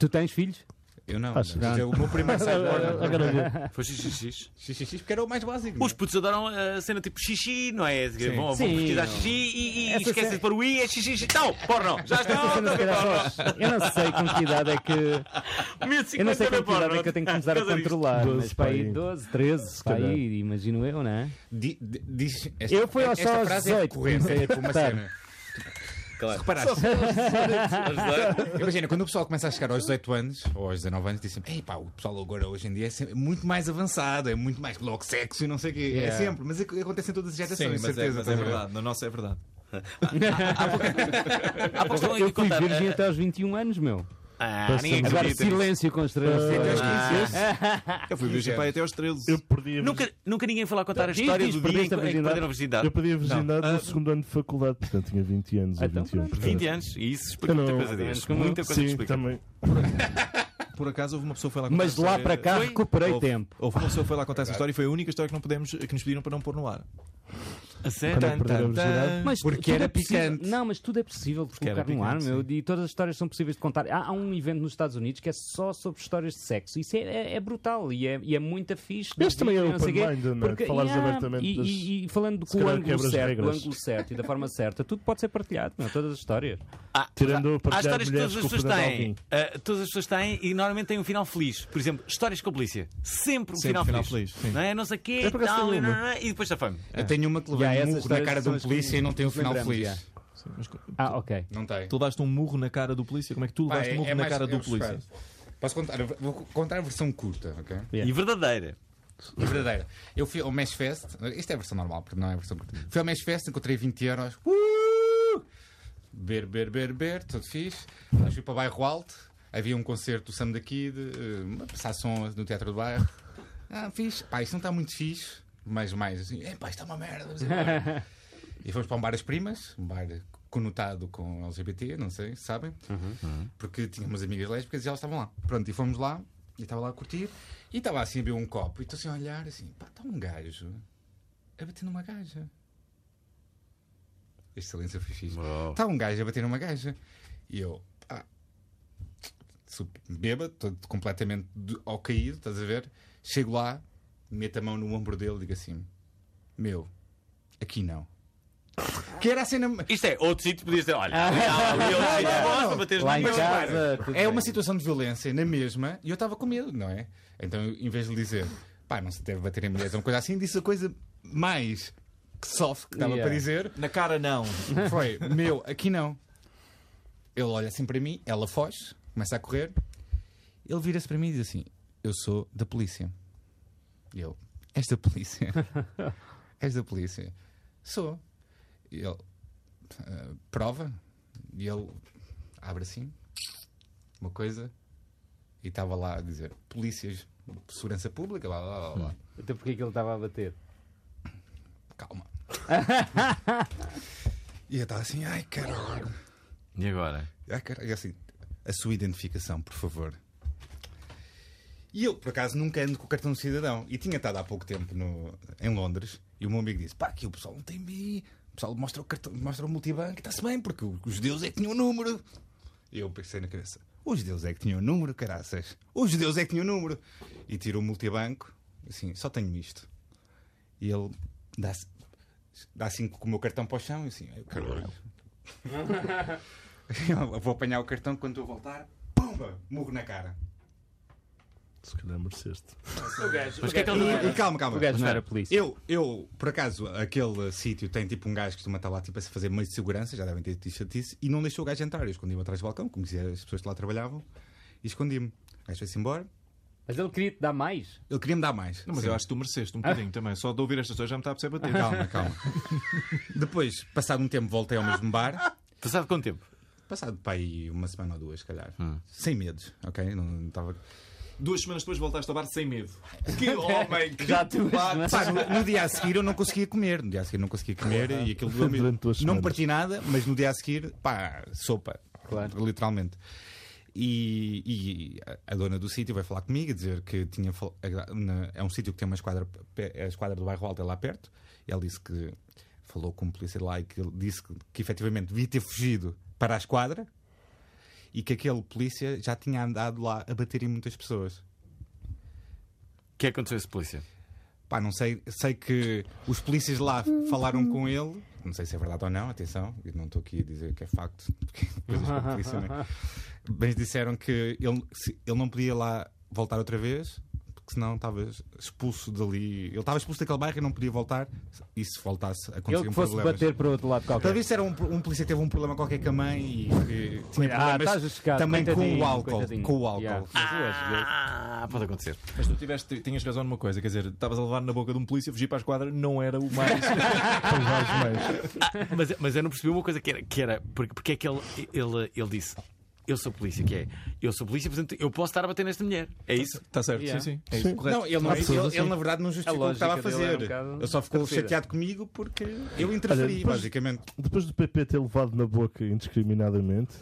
Speaker 2: Tu tens filhos?
Speaker 3: Eu não.
Speaker 4: Acho
Speaker 3: mas é o meu primeiro site de porno
Speaker 4: Agora vou.
Speaker 2: Ah.
Speaker 1: Foi xxx.
Speaker 3: xxx, porque era o mais básico. né?
Speaker 1: Os putos adoram a cena tipo xixi, não é? Vão, vão
Speaker 2: Sim.
Speaker 1: pesquisar xixi e, e
Speaker 2: Essa
Speaker 1: esquecem
Speaker 2: cena-
Speaker 1: de pôr o i, é xixi. Não, porno! Já
Speaker 2: Essa
Speaker 1: está! tá
Speaker 2: cena, se calhar, só- é Eu não sei com que idade é que. Eu não sei
Speaker 1: 1050
Speaker 2: com
Speaker 1: é
Speaker 2: que idade é que eu tenho que começar a
Speaker 1: Por causa disto.
Speaker 2: controlar,
Speaker 4: 12
Speaker 2: mas para aí
Speaker 4: para aí.
Speaker 2: 12, 13, para
Speaker 4: calhar.
Speaker 2: aí, imagino eu, não é?
Speaker 3: Di- di- diz- esta-
Speaker 2: Eu fui ao
Speaker 3: esta
Speaker 2: só aos
Speaker 3: frase
Speaker 2: 18,
Speaker 3: É recorrente, é
Speaker 2: comecei a
Speaker 3: tipo uma
Speaker 2: cortar.
Speaker 3: cena.
Speaker 1: Claro.
Speaker 3: Reparaste? Imagina, quando o pessoal começa a chegar aos 18 anos ou aos 19 anos, dizem Ei pá, o pessoal agora hoje em dia é sempre muito mais avançado, é muito mais logo sexo e não sei o quê. É sempre, mas é que acontece em todas as
Speaker 5: Sim,
Speaker 3: gerações,
Speaker 5: mas, é,
Speaker 3: certeza.
Speaker 5: mas é verdade. Na nossa é verdade.
Speaker 1: Há pouco estão aí
Speaker 2: Eu
Speaker 1: a
Speaker 2: fui
Speaker 1: contar.
Speaker 2: virgem até aos 21 anos, meu.
Speaker 1: Ah, ninguém
Speaker 2: Agora
Speaker 1: acredita nisso.
Speaker 2: silêncio constrangedor.
Speaker 5: Ah, é. Eu fui virgem pai até aos 13.
Speaker 4: Eu perdi a
Speaker 1: Nunca, nunca ninguém foi lá contar a
Speaker 2: Diz,
Speaker 1: história
Speaker 2: diz,
Speaker 1: do dia em
Speaker 2: perdeste
Speaker 1: que
Speaker 2: a
Speaker 1: em que
Speaker 2: virgindade?
Speaker 1: perderam a virgindade.
Speaker 4: Eu perdi a virgindade
Speaker 5: Ah.
Speaker 4: no segundo ano de faculdade, portanto tinha 20 anos
Speaker 1: Ah,
Speaker 4: ou
Speaker 2: Então
Speaker 4: 21.
Speaker 2: pronto.
Speaker 1: 20 anos, e isso explica
Speaker 4: Eu não-
Speaker 1: muita coisa disso. Muita coisa que
Speaker 4: Sim,
Speaker 1: explica.
Speaker 4: também.
Speaker 5: Por acaso houve uma pessoa que foi lá contar
Speaker 2: Mas de
Speaker 5: a
Speaker 2: lá
Speaker 5: história-
Speaker 2: para cá
Speaker 1: Foi?
Speaker 2: recuperei
Speaker 5: Houve-
Speaker 2: tempo.
Speaker 5: Houve uma pessoa que foi lá contar essa história e foi a única história que, não podemos, que nos pediram para não pôr no ar.
Speaker 1: A sério?
Speaker 4: Quando é que perderam a virgindade?
Speaker 2: Mas
Speaker 3: Porque
Speaker 2: tudo
Speaker 3: era
Speaker 2: é possível-
Speaker 3: picante.
Speaker 2: Não, mas tudo é possível de
Speaker 5: era
Speaker 2: colocar no ar,
Speaker 5: picante,
Speaker 2: meu. E todas as histórias são possíveis de contar. Há, há um evento nos Estados Unidos que é só sobre histórias de sexo. Isso é, é- é brutal e é, e é muito fixe. de
Speaker 4: Este também
Speaker 2: ouvir,
Speaker 4: é
Speaker 2: não sei
Speaker 4: open
Speaker 2: quê.
Speaker 4: mind, não é?
Speaker 2: Porque-
Speaker 4: Falares
Speaker 2: Yeah,
Speaker 4: abertamente
Speaker 2: E,
Speaker 4: das-
Speaker 2: e- e falando com o
Speaker 4: calhar
Speaker 2: ângulo
Speaker 4: quebras
Speaker 2: certo, do
Speaker 4: regras.
Speaker 2: ângulo certo e da forma certa, tudo pode ser partilhado, meu. Todas as histórias.
Speaker 1: Ah,
Speaker 4: Tirando
Speaker 1: mas há- Há
Speaker 4: partilhar
Speaker 1: histórias que
Speaker 4: mulheres
Speaker 1: todas as
Speaker 4: com o
Speaker 1: pessoas
Speaker 4: Fernando
Speaker 1: têm.
Speaker 4: Alvim.
Speaker 1: Ah, todas as pessoas têm e normalmente têm um final feliz. Por exemplo, histórias com a polícia. Sempre um
Speaker 5: Sempre
Speaker 1: final,
Speaker 5: final
Speaker 1: feliz.
Speaker 5: feliz, sim.
Speaker 1: Não é? Não sei o quê,
Speaker 4: Eu por acaso
Speaker 1: tal,
Speaker 4: tenho
Speaker 1: e, não,
Speaker 4: uma.
Speaker 1: não, não, e depois já fome.
Speaker 3: Eu tenho uma que
Speaker 2: Já,
Speaker 3: levei um
Speaker 2: essas
Speaker 3: murro na
Speaker 2: histórias
Speaker 3: cara de um
Speaker 2: são as que
Speaker 3: polícia e não tem um final
Speaker 2: lembramos,
Speaker 3: feliz.
Speaker 2: já.
Speaker 5: Sim, mas tu
Speaker 2: Ah, ok.
Speaker 3: Não tem.
Speaker 5: levaste um murro na cara do polícia? Como é que tu
Speaker 3: Pá,
Speaker 5: levaste um murro na
Speaker 3: mais-
Speaker 5: cara do
Speaker 3: é
Speaker 5: polícia?
Speaker 3: frustrante. Posso contar? Eu Vou contar a versão curta, ok?
Speaker 1: E verdadeira.
Speaker 3: É verdadeira. Eu fui ao Mesh Fest, isto é a versão normal, porque não é a versão curta. Fui ao Mesh Fest, encontrei 20 euros. Uh! Ber, ber, ber, ber, tudo fixe. Depois fui para o bairro alto, havia um concerto do Sam da Kid, eh, uma passação no Teatro do Bairro. Ah, fixe. Pá, isto não está muito fixe, mas mais assim, é pá, isto é uma merda. vamos embora." e fomos para um bar As Primas, um bar conotado com LGBT, não sei, sabem? porque tinha umas amigas lésbicas e elas estavam lá. Pronto, e fomos lá, e estava lá a curtir, e estava assim a beber um copo, e estou assim a olhar, assim, pá, está um gajo a bater numa gaja. Este silêncio foi fixe. Está um gajo a bater numa gaja. E eu, pá, super bêbado, todo completamente de- ao caído, estás a ver? Chego lá, meto a mão no ombro dele e digo assim, meu, aqui não. Que era a cena...
Speaker 1: Isto é, outro sítio podias dizer, olha, ah, ali é outro sítio que posso, bateres
Speaker 2: Lá em
Speaker 1: no-
Speaker 2: casa. tudo
Speaker 3: É uma
Speaker 2: bem.
Speaker 3: situação de violência na mesma e eu estava com medo, não é? Então, eu, em vez de dizer, pá, não se deve bater em mulheres ou uma coisa assim, disse a coisa mais que soft que dava
Speaker 2: Yeah.
Speaker 3: para dizer.
Speaker 5: Na cara, não.
Speaker 3: Foi, meu, aqui não. Ele olha assim para mim, ela foge, começa a correr. Ele vira-se para mim e diz assim: Eu sou da polícia. E eu, És da polícia? És da polícia? Sou. E ele, "Ah, prova? E ele abre assim, uma coisa, e estava lá a dizer: Polícias, segurança pública, lá, lá, lá, lá.
Speaker 2: Até porque é que ele estava a bater.
Speaker 3: Calma. e eu estava assim: Ai, caralho.
Speaker 1: E agora?
Speaker 3: Ah, caralho, assim, a sua identificação, por favor. E eu, por acaso, nunca ando com o cartão de cidadão. E tinha estado há pouco tempo no, em Londres. E o meu amigo disse: pá, aqui o pessoal não tem bi. O pessoal mostra o, cartão, mostra o multibanco e está-se bem, porque os judeus é que tinham o número. E eu pensei na cabeça: os judeus é que tinham o número, caraças. Os judeus é que tinham o número. E tiro o multibanco, assim, só tenho isto. E ele dá, dá assim com o meu cartão para o chão e assim: "Ai, caralho. Eu vou apanhar o cartão quando eu voltar. Pumba! Murro na cara.
Speaker 4: Se calhar mereceste.
Speaker 1: Mas o que é que ele
Speaker 3: E, e calma, calma.
Speaker 2: O gajo não era polícia.
Speaker 3: Eu, eu, por acaso, aquele sítio tem tipo um gajo que costuma estar lá tipo, a fazer meio de segurança, já devem ter tido chatice, e não deixou o gajo entrar. Eu escondi-me atrás do balcão, conhecia as pessoas que lá trabalhavam, e escondi-me. O gajo foi-se embora,
Speaker 2: Mas ele queria te dar mais.
Speaker 3: Ele queria me dar mais.
Speaker 5: Não, mas
Speaker 3: Sim.
Speaker 5: eu acho que tu mereceste um bocadinho também. Só de ouvir esta história já me está a perceber bater.
Speaker 3: Calma, calma. Depois, passado um tempo, voltei ao mesmo bar.
Speaker 1: Passado quanto tempo?
Speaker 3: Passado para aí uma semana ou duas, se calhar.
Speaker 5: Hum.
Speaker 3: Sem medos, ok? Não, não estava.
Speaker 5: Duas semanas depois voltaste ao bar sem medo. Que homem, que
Speaker 2: Já tu-
Speaker 5: bate.
Speaker 3: Pá, no, no dia a seguir eu não conseguia comer. No dia a seguir não conseguia comer e aquilo doeu-me.
Speaker 4: Durante duas
Speaker 3: Não
Speaker 4: semanas.
Speaker 3: parti nada, mas no dia a seguir, pá, sopa.
Speaker 2: Claro.
Speaker 3: Literalmente. E, e a- a dona do sítio vai falar comigo e dizer que tinha. fal- a- na- É um sítio que tem uma esquadra. pe- A esquadra do bairro Alto é lá perto. E ela disse que. Falou com o polícia lá e que ele disse que, que efetivamente devia ter fugido para a esquadra e que aquele polícia já tinha andado lá a bater em muitas pessoas.
Speaker 1: O que é que aconteceu a esse polícia?
Speaker 3: Pá, não sei, sei que os polícias lá falaram com ele. Não sei se é verdade ou não, atenção, eu não estou aqui a dizer que é facto, porque coisas com a polícia, né? Mas disseram que ele, se- ele não podia lá voltar outra vez, porque senão estava expulso dali. Ele estava expulso daquele bairro e não podia voltar. E se voltasse, acontecia
Speaker 2: ele
Speaker 3: um
Speaker 2: que fosse
Speaker 3: problema.
Speaker 2: bater para o outro lado qualquer.
Speaker 3: Talvez era um, um polícia que teve um problema qualquer com a mãe e que tinha
Speaker 2: Ah, estás a
Speaker 3: problemas
Speaker 2: chegar.
Speaker 3: também com
Speaker 2: coitadinho,
Speaker 3: o álcool.
Speaker 2: coitadinho.
Speaker 3: Com o álcool.
Speaker 2: Yeah. Mas eu acho que-
Speaker 1: Ah, pode acontecer.
Speaker 5: Mas tu tiveste, tinhas razão numa coisa, quer dizer, estavas a levar na boca de um polícia, fugir para a esquadra, não era o mais.
Speaker 1: Mas, mas eu não percebi uma coisa que era, que era porque, porque é que ele, ele, ele disse: Eu sou polícia, que é eu sou polícia, portanto eu posso estar a bater nesta mulher. É isso?
Speaker 5: Está certo,
Speaker 2: Yeah.
Speaker 5: sim, sim. É isso, correto.
Speaker 3: Não, ele, não,
Speaker 4: Há pessoas
Speaker 3: ele,
Speaker 4: assim.
Speaker 3: ele, na verdade não
Speaker 2: A
Speaker 3: justificou o que
Speaker 2: lógica
Speaker 3: estava a
Speaker 2: dele era
Speaker 3: fazer.
Speaker 2: um bocado
Speaker 3: ele só ficou
Speaker 2: torcida.
Speaker 3: chateado comigo porque eu interferi,
Speaker 4: Olha, depois-
Speaker 3: basicamente.
Speaker 4: Depois do PP ter levado na boca indiscriminadamente,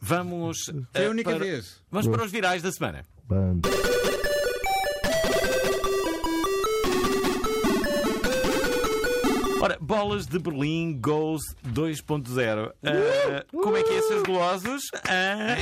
Speaker 1: Vamos.
Speaker 3: Foi
Speaker 1: eh,
Speaker 3: a única
Speaker 1: para,
Speaker 3: vez.
Speaker 1: Vamos para os virais da semana.
Speaker 4: bam.
Speaker 1: Ora, bolas de Berlim Goes 2.0. Ah, como é que é, seus golosos? Ah.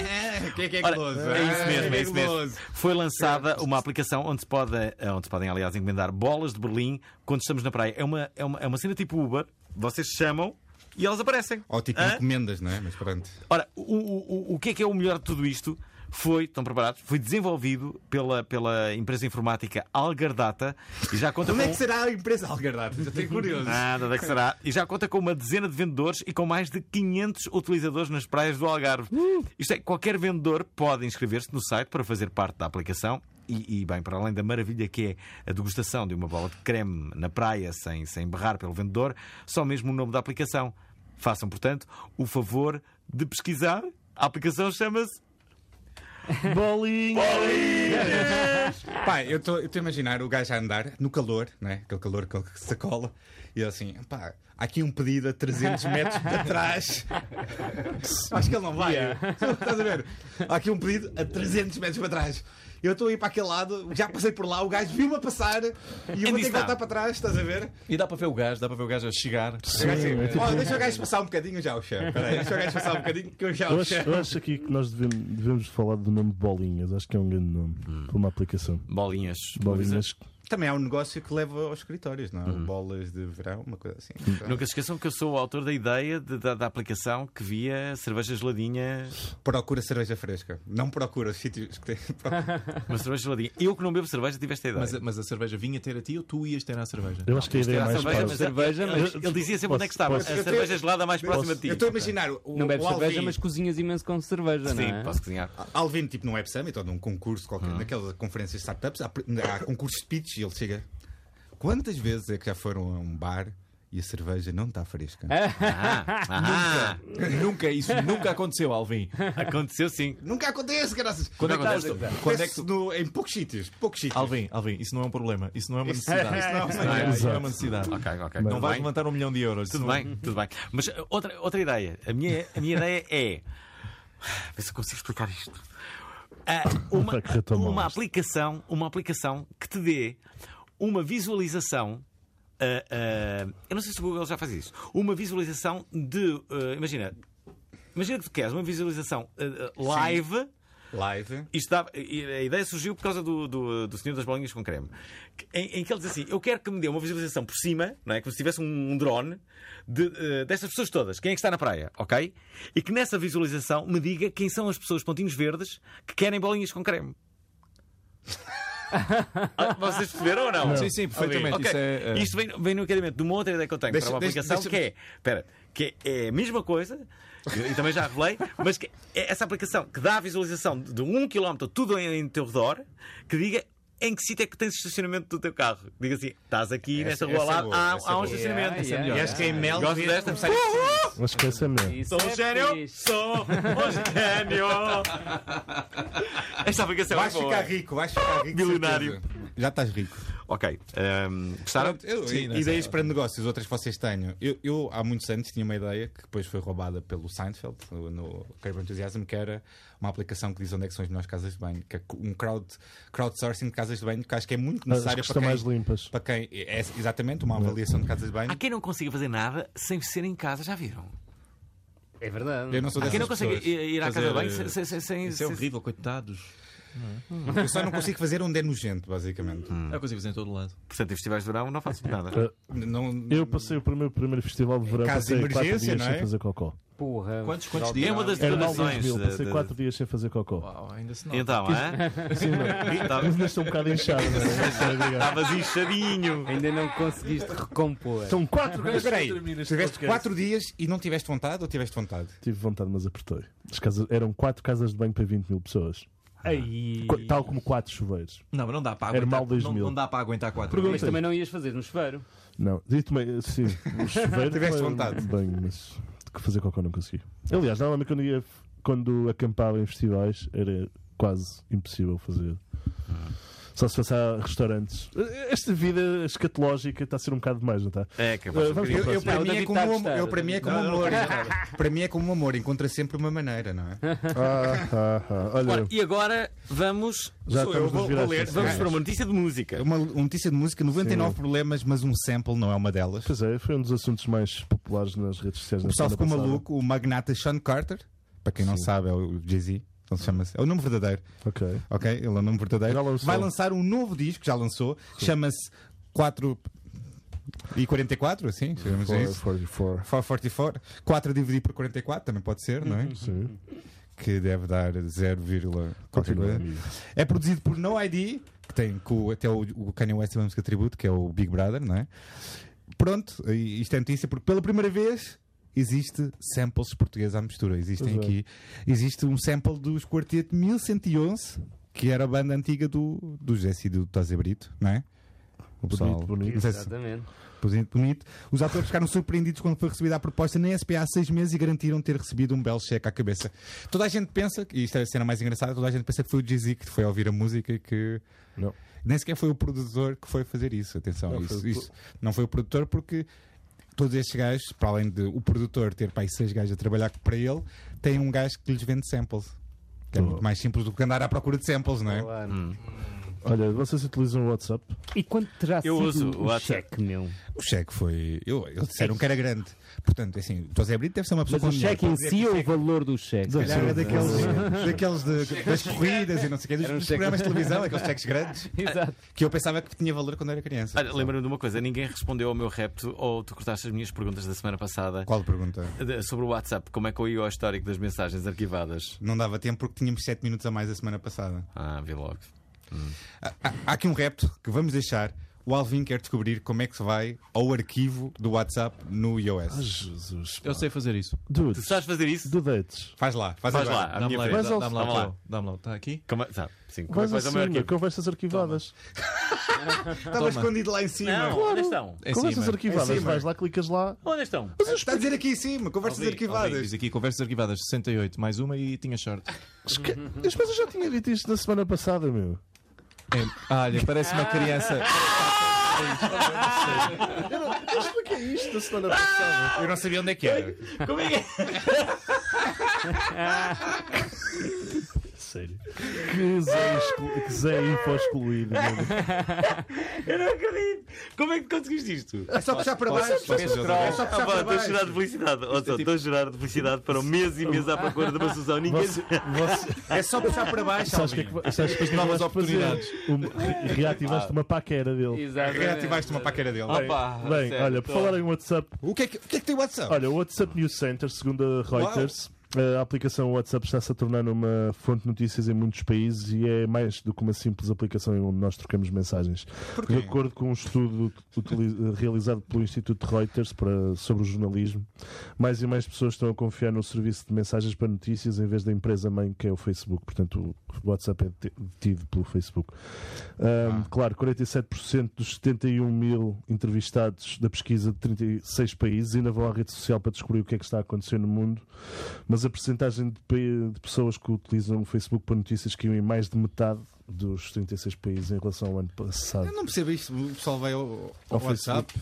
Speaker 3: Quem Uh! é que é
Speaker 1: Ora,
Speaker 3: guloso?
Speaker 1: é isso mesmo,
Speaker 3: Quem
Speaker 1: é isso mesmo.
Speaker 3: guloso?
Speaker 1: Foi lançada uma aplicação onde se, pode, eh, onde se podem, aliás, encomendar bolas de Berlim quando estamos na praia. É uma, é uma, é uma cena tipo Uber, vocês chamam e elas aparecem.
Speaker 3: Ou tipo
Speaker 1: Hã?
Speaker 3: encomendas, não é? Mas pronto.
Speaker 1: Ora, o, o, o- o que é que é o melhor de tudo isto? Foi, estão preparados? Foi desenvolvido pela, pela empresa informática Algardata e já conta
Speaker 3: Como é
Speaker 1: com.
Speaker 3: que será a empresa Algardato? Já estou curioso.
Speaker 1: Nada da que será. E já conta com uma dezena de vendedores e com mais de 500 utilizadores nas praias do Algarve. Isto é, qualquer vendedor pode inscrever-se no site para fazer parte da aplicação. E, e, bem, para além da maravilha que é a degustação de uma bola de creme na praia sem, sem berrar pelo vendedor, só mesmo o nome da aplicação. Façam, portanto, o favor de pesquisar. A aplicação chama-se
Speaker 3: Pá, eu estou eu estou a imaginar o gajo a andar no calor, não é? Aquele calor que ele se cola. E ele assim, pá, há aqui um pedido a 300 metros de trás. Acho que ele não vai. Estás a ver? Há aqui um pedido a 300 metros para trás. Eu estou a ir para aquele lado, já passei por lá, o gajo viu-me a passar e eu vou ter que
Speaker 1: Endividado.
Speaker 3: voltar para trás, estás a ver?
Speaker 5: E dá para ver o gajo, dá para ver o gajo a chegar. é tipo
Speaker 3: O gajo assim, "Ó, deixa o gajo passar um bocadinho, já o chamo. Peraí, deixa o gajo passar um bocadinho que eu já
Speaker 4: Eu
Speaker 3: o
Speaker 4: acho,
Speaker 3: chamo.
Speaker 4: eu acho aqui que nós devemos, devemos falar do nome de bolinhas. Acho que é um grande nome
Speaker 1: Hum.
Speaker 4: para uma aplicação.
Speaker 1: Bolinhas.
Speaker 4: Bolinhas.
Speaker 3: Também há um negócio que leva aos escritórios, não é?
Speaker 5: Uhum.
Speaker 3: Bolas de verão, uma coisa assim.
Speaker 1: Nunca se esqueçam que eu sou o autor da ideia de- da, da aplicação que via cerveja geladinha
Speaker 3: Procura cerveja fresca. Não procura os sítios que têm. procura.
Speaker 1: Uma cerveja geladinha. Eu que não bebo cerveja tive esta ideia.
Speaker 5: Mas, a- mas a cerveja vinha ter a ti ou tu ias ter à cerveja?
Speaker 4: Eu acho que a ideia é
Speaker 1: Era a
Speaker 4: mais
Speaker 1: cerveja, mas,
Speaker 4: fácil.
Speaker 2: Ah, Cerveja,
Speaker 1: ele-
Speaker 2: mas-
Speaker 1: ele, dizia sempre
Speaker 4: Posso-
Speaker 1: onde é que estava.
Speaker 4: posso-
Speaker 1: A
Speaker 3: Eu
Speaker 1: cerveja
Speaker 3: tenho-
Speaker 1: gelada mais próxima de ti.
Speaker 3: Eu estou a imaginar o,
Speaker 2: Não bebes
Speaker 3: o Alvin,
Speaker 2: cerveja, mas cozinhas imenso com cerveja, não
Speaker 1: Sim,
Speaker 2: é?
Speaker 1: posso cozinhar.
Speaker 3: Alvin, tipo no Web Summit ou num concurso qualquer,
Speaker 5: Ah.
Speaker 3: naquelas conferências de startups, há, pre- há concursos de pitch e ele chega. Quantas vezes é que já foram a um bar e a cerveja não está fresca?
Speaker 1: Ah,
Speaker 5: Nunca, isso nunca aconteceu, Alvin.
Speaker 1: aconteceu sim.
Speaker 3: Nunca acontece, graças.
Speaker 5: Quando é que
Speaker 3: Acontece-
Speaker 5: tu- quando é que
Speaker 3: acontece
Speaker 5: tu-
Speaker 3: no- em poucos sítios. Poucos sítios.
Speaker 5: Alvin, Alvin, isso não é um problema, isso não é uma necessidade. Isso não é, isso não é uma necessidade.
Speaker 1: Ok, ok.
Speaker 5: Não vais
Speaker 1: bem.
Speaker 5: levantar um milhão de euros.
Speaker 1: Tudo
Speaker 5: Isso não-
Speaker 1: bem, tudo bem. Mas uh, outra, outra ideia. A minha, a minha ideia é. Vê se eu consigo explicar isto. Ah, uma,
Speaker 4: Vai correr tão mal
Speaker 1: uma
Speaker 4: isto.
Speaker 1: aplicação, uma aplicação que te dê uma visualização. ah, ah, eu não sei se o Google já faz isso. Uma visualização de. ah, imagina. Imagina que tu queres uma visualização ah, ah, live.
Speaker 3: Live.
Speaker 1: Isto dava- e a ideia surgiu por causa do, do, do Senhor das Bolinhas com Creme. Que- Em, em que ele diz assim: Eu quero que me dê uma visualização por cima, não é? Como se tivesse um, um drone, de, eh, destas pessoas todas. Quem é que está na praia, ok? E que nessa visualização me diga quem são as pessoas, pontinhos verdes, que querem bolinhas com creme. Ah, Vocês perceberam ou não?
Speaker 5: Sim, sim, perfeitamente.
Speaker 1: Ok.
Speaker 5: Isso é, eh,
Speaker 1: Isto vem, vem no encadeamento de uma outra ideia que eu tenho
Speaker 3: Deixa-
Speaker 1: para uma
Speaker 3: deixa-
Speaker 1: aplicação
Speaker 3: deixa-
Speaker 1: que é. Espera, que é a mesma coisa, e também já revelei, mas que é essa aplicação que dá a visualização de um quilómetro tudo em, em teu redor, que diga. Em que sítio é que tens estacionamento do teu carro? Diga assim, estás aqui
Speaker 3: Essa-
Speaker 1: nesta rua ao
Speaker 3: essa é
Speaker 1: lado,
Speaker 3: boa,
Speaker 1: há,
Speaker 3: essa é
Speaker 1: há um
Speaker 3: boa.
Speaker 1: estacionamento.
Speaker 2: Yeah, yeah,
Speaker 1: E
Speaker 2: yeah.
Speaker 1: acho que é mel. Gosto desta.
Speaker 4: Mas esquece mesmo.
Speaker 2: Isso
Speaker 1: Sou um
Speaker 2: é
Speaker 1: gênio?
Speaker 2: fixe.
Speaker 1: Sou um gênio! Esta aplicação
Speaker 3: Vais
Speaker 1: é boa.
Speaker 3: ficar rico, vais ficar rico.
Speaker 1: Milionário.
Speaker 3: certeza. Já estás rico.
Speaker 1: Ok. ehm, gostaram?
Speaker 3: Pronto, eu-
Speaker 5: Sim,
Speaker 3: i-
Speaker 5: não sei.
Speaker 3: Tá? ideias para negócios, outras que vocês tenham. Eu, eu, há muitos anos tinha uma ideia que depois foi roubada pelo Seinfeld no, no Curb Your Enthusiasm, que era uma aplicação que diz onde é que são as melhores casas de banho, que é um crowd, crowdsourcing de casas de banho que acho que é muito
Speaker 4: As que
Speaker 3: necessário para
Speaker 4: estão
Speaker 3: quem,
Speaker 4: mais limpas.
Speaker 3: para quem é exatamente uma avaliação de casas de banho.
Speaker 1: Há quem não consiga fazer nada sem ser em casa, já viram?
Speaker 2: É verdade.
Speaker 3: Eu não sou
Speaker 1: Há
Speaker 3: dessas
Speaker 1: quem não consiga
Speaker 3: pessoas.
Speaker 1: ir ir à casa de banho
Speaker 5: Fazer,
Speaker 1: sem.
Speaker 5: eh,
Speaker 1: sem, sem, sem-
Speaker 5: isso é
Speaker 1: sem-
Speaker 5: horrível, coitados.
Speaker 3: Eu só não consigo fazer onde é nojento, basicamente.
Speaker 5: Há coisas em todo lado.
Speaker 1: Portanto, em festivais de verão não faço nada.
Speaker 3: Não,
Speaker 4: Eu passei o primeiro, primeiro festival de verão,
Speaker 3: caso
Speaker 4: passei
Speaker 3: de
Speaker 4: quatro
Speaker 3: emergência,
Speaker 4: dias
Speaker 3: não é?
Speaker 4: sem fazer cocó.
Speaker 2: Porra.
Speaker 5: Quantos, quantos
Speaker 2: Salve.
Speaker 5: dias?
Speaker 1: É uma das
Speaker 4: Era mal
Speaker 1: Declarações
Speaker 4: 2000,
Speaker 1: de-
Speaker 4: passei
Speaker 1: de-
Speaker 4: 4 dias sem fazer cocó.
Speaker 5: Uau, Oh, ainda se não.
Speaker 1: Então, hã?
Speaker 4: Sim, mas ainda estou um bocado inchado. não é? Obrigado.
Speaker 1: Estavas inchadinho.
Speaker 2: Ainda não conseguiste recompor.
Speaker 4: São 4
Speaker 3: Mas
Speaker 4: gajos.
Speaker 3: espera aí, Então, tiveste 4 dias e não tiveste vontade ou tiveste vontade?
Speaker 4: Tive vontade, mas apertei. As casas- eram 4 casas de banho para 20 mil pessoas.
Speaker 2: Aí.
Speaker 4: Co- Tal como 4 chuveiros.
Speaker 5: Não, mas não dá para
Speaker 4: Era mal
Speaker 5: aguentar.
Speaker 4: 2000.
Speaker 5: Não, não dá para aguentar quatro.
Speaker 4: Pergunta-
Speaker 2: Mas também não ias fazer no chuveiro.
Speaker 4: Não, e tomei, sim, o chuveiro.
Speaker 3: Tiveste
Speaker 4: tomei
Speaker 3: vontade.
Speaker 4: Banho, mas de fazer cocó não consegui. Aliás, normalmente quando, ia, quando acampava em festivais era quase impossível fazer. Só se fosse a restaurantes. Esta vida escatológica está a ser um bocado demais, não está?
Speaker 1: É, que eu
Speaker 4: Eh,
Speaker 1: gosto
Speaker 4: vamos
Speaker 1: um
Speaker 3: Eu,
Speaker 1: bocadinho.
Speaker 3: eu, para
Speaker 2: Não, o
Speaker 3: mim é
Speaker 2: David
Speaker 3: como
Speaker 2: está a
Speaker 3: amor.
Speaker 2: gostar.
Speaker 3: Eu, para mim é como
Speaker 5: Não, não,
Speaker 3: amor. Para mim é como um amor, encontra sempre uma maneira, não é?
Speaker 4: Ah, ah, ah. Olha,
Speaker 1: Ora, e agora vamos,
Speaker 4: já
Speaker 3: sou eu,
Speaker 4: estamos
Speaker 3: vou-
Speaker 4: nos virar
Speaker 3: vou ler.
Speaker 4: as
Speaker 1: vamos
Speaker 4: canções.
Speaker 1: para uma notícia de música.
Speaker 3: É Uma, uma notícia de música, 99 problemas, mas um sample não é uma delas.
Speaker 4: Pois é, foi um dos assuntos mais populares nas redes sociais.
Speaker 3: O
Speaker 4: na
Speaker 3: pessoal
Speaker 4: semana
Speaker 3: ficou
Speaker 4: passada.
Speaker 3: maluco, o magnata Sean Carter, para quem não sabe, é o Jay-Z. Então se chama-se. É o nome verdadeiro,
Speaker 4: Ok.
Speaker 3: ok? Ele é o nome verdadeiro.
Speaker 4: Já lançou.
Speaker 3: Vai lançar um novo disco, já lançou, chama-se 4 e 44, assim, chamamos isso.
Speaker 4: 444.
Speaker 3: 444, 4 dividido por 44 também pode ser, não é?
Speaker 4: Sim.
Speaker 3: Que deve dar 0, qualquer
Speaker 4: Continua,
Speaker 3: coisa.
Speaker 4: amigo.
Speaker 3: É produzido por No ID, que tem com, até o, o Kanye West tem uma música de tributo, que é o Big Brother, não é? Pronto, e isto é notícia, porque pela primeira vez existe samples portugueses à mistura. Existem
Speaker 4: Pois é.
Speaker 3: aqui. Existe um sample dos Quarteto 1111, que era a banda antiga do, do Jesse e do Tose Brito, não é? O
Speaker 4: Bonito, bonito.
Speaker 3: não sei se-
Speaker 2: Exatamente.
Speaker 3: Bonito, é, bonito. Os atores ficaram surpreendidos quando foi recebida a proposta na SPA há seis meses e garantiram ter recebido um belo cheque à cabeça. Toda a gente pensa, e isto é a cena mais engraçada, toda a gente pensa que foi o Jay-Z que foi ouvir a música e que.
Speaker 4: Não.
Speaker 3: Nem sequer foi o produtor que foi fazer isso. Atenção,
Speaker 4: Não,
Speaker 3: isso,
Speaker 4: foi o
Speaker 3: isso não foi o produtor porque. Todos estes gajos, para além de o produtor ter para aí seis gajos a trabalhar para ele, tem um gajo que lhes vende samples. Que é
Speaker 4: Boa.
Speaker 3: muito mais simples do que andar à procura de samples, não é?
Speaker 2: Claro.
Speaker 4: Olha, vocês utilizam o WhatsApp?
Speaker 2: E quanto terá
Speaker 1: Eu
Speaker 2: sido
Speaker 1: uso o
Speaker 2: o
Speaker 1: WhatsApp.
Speaker 2: cheque, meu?
Speaker 3: O cheque foi. Eu, eles disseram que era grande. Portanto, assim, o é José Brito deve ser uma pessoa
Speaker 2: É Mas o
Speaker 3: com dinheiro.
Speaker 2: cheque em
Speaker 3: Pode dizer
Speaker 2: si
Speaker 3: que
Speaker 2: ou o valor do cheque?
Speaker 3: Se calhar é daqueles, daqueles de- das corridas e não sei o quê, dos,
Speaker 2: Era um
Speaker 3: dos
Speaker 2: cheque.
Speaker 3: programas de televisão, aqueles cheques grandes,
Speaker 2: Exato.
Speaker 3: que eu pensava que tinha valor quando era criança.
Speaker 1: Olha, Lembra-me de uma coisa: ninguém respondeu ao meu repto ou tu cortaste as minhas perguntas da semana passada
Speaker 3: Qual pergunta?
Speaker 1: de- sobre o WhatsApp. Como é que eu ia ao histórico das mensagens arquivadas?
Speaker 3: Não dava tempo porque tínhamos 7 minutos a mais a semana passada.
Speaker 1: Ah, vi logo.
Speaker 3: Há, há- há aqui um repto que vamos deixar. O Alvin quer descobrir como é que se vai ao arquivo do WhatsApp no iOS.
Speaker 4: Jesus.
Speaker 5: Eu sei fazer isso.
Speaker 1: Tu
Speaker 4: Dudes.
Speaker 1: sabes fazer isso?
Speaker 4: Dudetes.
Speaker 3: Faz lá, faz,
Speaker 1: Faz
Speaker 3: agora.
Speaker 1: lá, à
Speaker 5: Dá-me
Speaker 1: minha
Speaker 5: lá,
Speaker 1: frente.
Speaker 4: Mas
Speaker 5: dá-
Speaker 4: ao-
Speaker 5: dá-me lá,
Speaker 1: Vamos lá.
Speaker 5: aquilo. dá-me lá. Está aqui?
Speaker 1: Como, é- sabe, sim, como é que
Speaker 4: Vais
Speaker 1: vais ao meu
Speaker 4: acima,
Speaker 1: arquivo?
Speaker 4: conversas arquivadas.
Speaker 3: Estava escondido lá em cima.
Speaker 1: Não, onde estão?
Speaker 5: É
Speaker 4: Conversas
Speaker 5: cima.
Speaker 3: Em
Speaker 4: arquivadas.
Speaker 3: cima.
Speaker 4: Vais lá, clicas lá.
Speaker 1: Onde é estão?
Speaker 3: Está a dizer aqui em cima, conversas
Speaker 1: Alvin,
Speaker 3: arquivadas.
Speaker 5: Diz aqui, conversas arquivadas 68, mais uma e tinha sorte.
Speaker 4: Esque... Mas eu já tinha dito isto na semana passada, meu.
Speaker 5: Olha, parece uma criança.
Speaker 4: Eu expliquei isto na semana passada.
Speaker 3: Eu não sabia onde é que era.
Speaker 1: Como é que é?
Speaker 4: Sério. Que Zé, exclu... que Zé info excluído, meu.
Speaker 1: Eu não acredito! Como é que conseguiste isto?
Speaker 3: É só puxar para baixo. É só
Speaker 1: Ah,
Speaker 3: puxar
Speaker 1: pá,
Speaker 3: para
Speaker 1: estou a chorar
Speaker 3: baixo.
Speaker 1: de felicidade. Ou seja, estou a chorar de felicidade para um mês e mês à procura de uma solução. Ninguém.
Speaker 4: Você, você,
Speaker 3: É só puxar para baixo.
Speaker 4: sabes o que é
Speaker 3: Alvin.
Speaker 4: que, va- sabes o que, é que
Speaker 5: Novas
Speaker 4: vais
Speaker 5: oportunidades.
Speaker 4: fazer? Um- re- reativaste uma paquera dele.
Speaker 2: Exatamente.
Speaker 3: Reativaste uma paquera dele.
Speaker 4: Bem, olha, por falar em WhatsApp,
Speaker 3: O que é que, o que, é que tem WhatsApp?
Speaker 4: Olha, o WhatsApp News Center, segundo a Reuters, eh, A aplicação WhatsApp está-se a tornar uma fonte de notícias em muitos países e é mais do que uma simples aplicação em onde nós trocamos mensagens. De acordo com um estudo utili- realizado pelo Instituto Reuters para- sobre o jornalismo, mais e mais pessoas estão a confiar no serviço de mensagens para notícias em vez da empresa-mãe que é o Facebook. Portanto, o WhatsApp é deti- detido pelo Facebook.
Speaker 3: Ah.
Speaker 4: Ahm, Claro, 47% dos 71 mil entrevistados da pesquisa de 36 países ainda vão à rede social para descobrir o que é que está a acontecer no mundo mas a percentagem de, pe- de pessoas que utilizam o Facebook para notícias caiu em mais de metade dos 36 países em relação ao ano passado.
Speaker 3: Eu não percebo isto. O pessoal vai ao,
Speaker 4: Ao
Speaker 3: ao WhatsApp.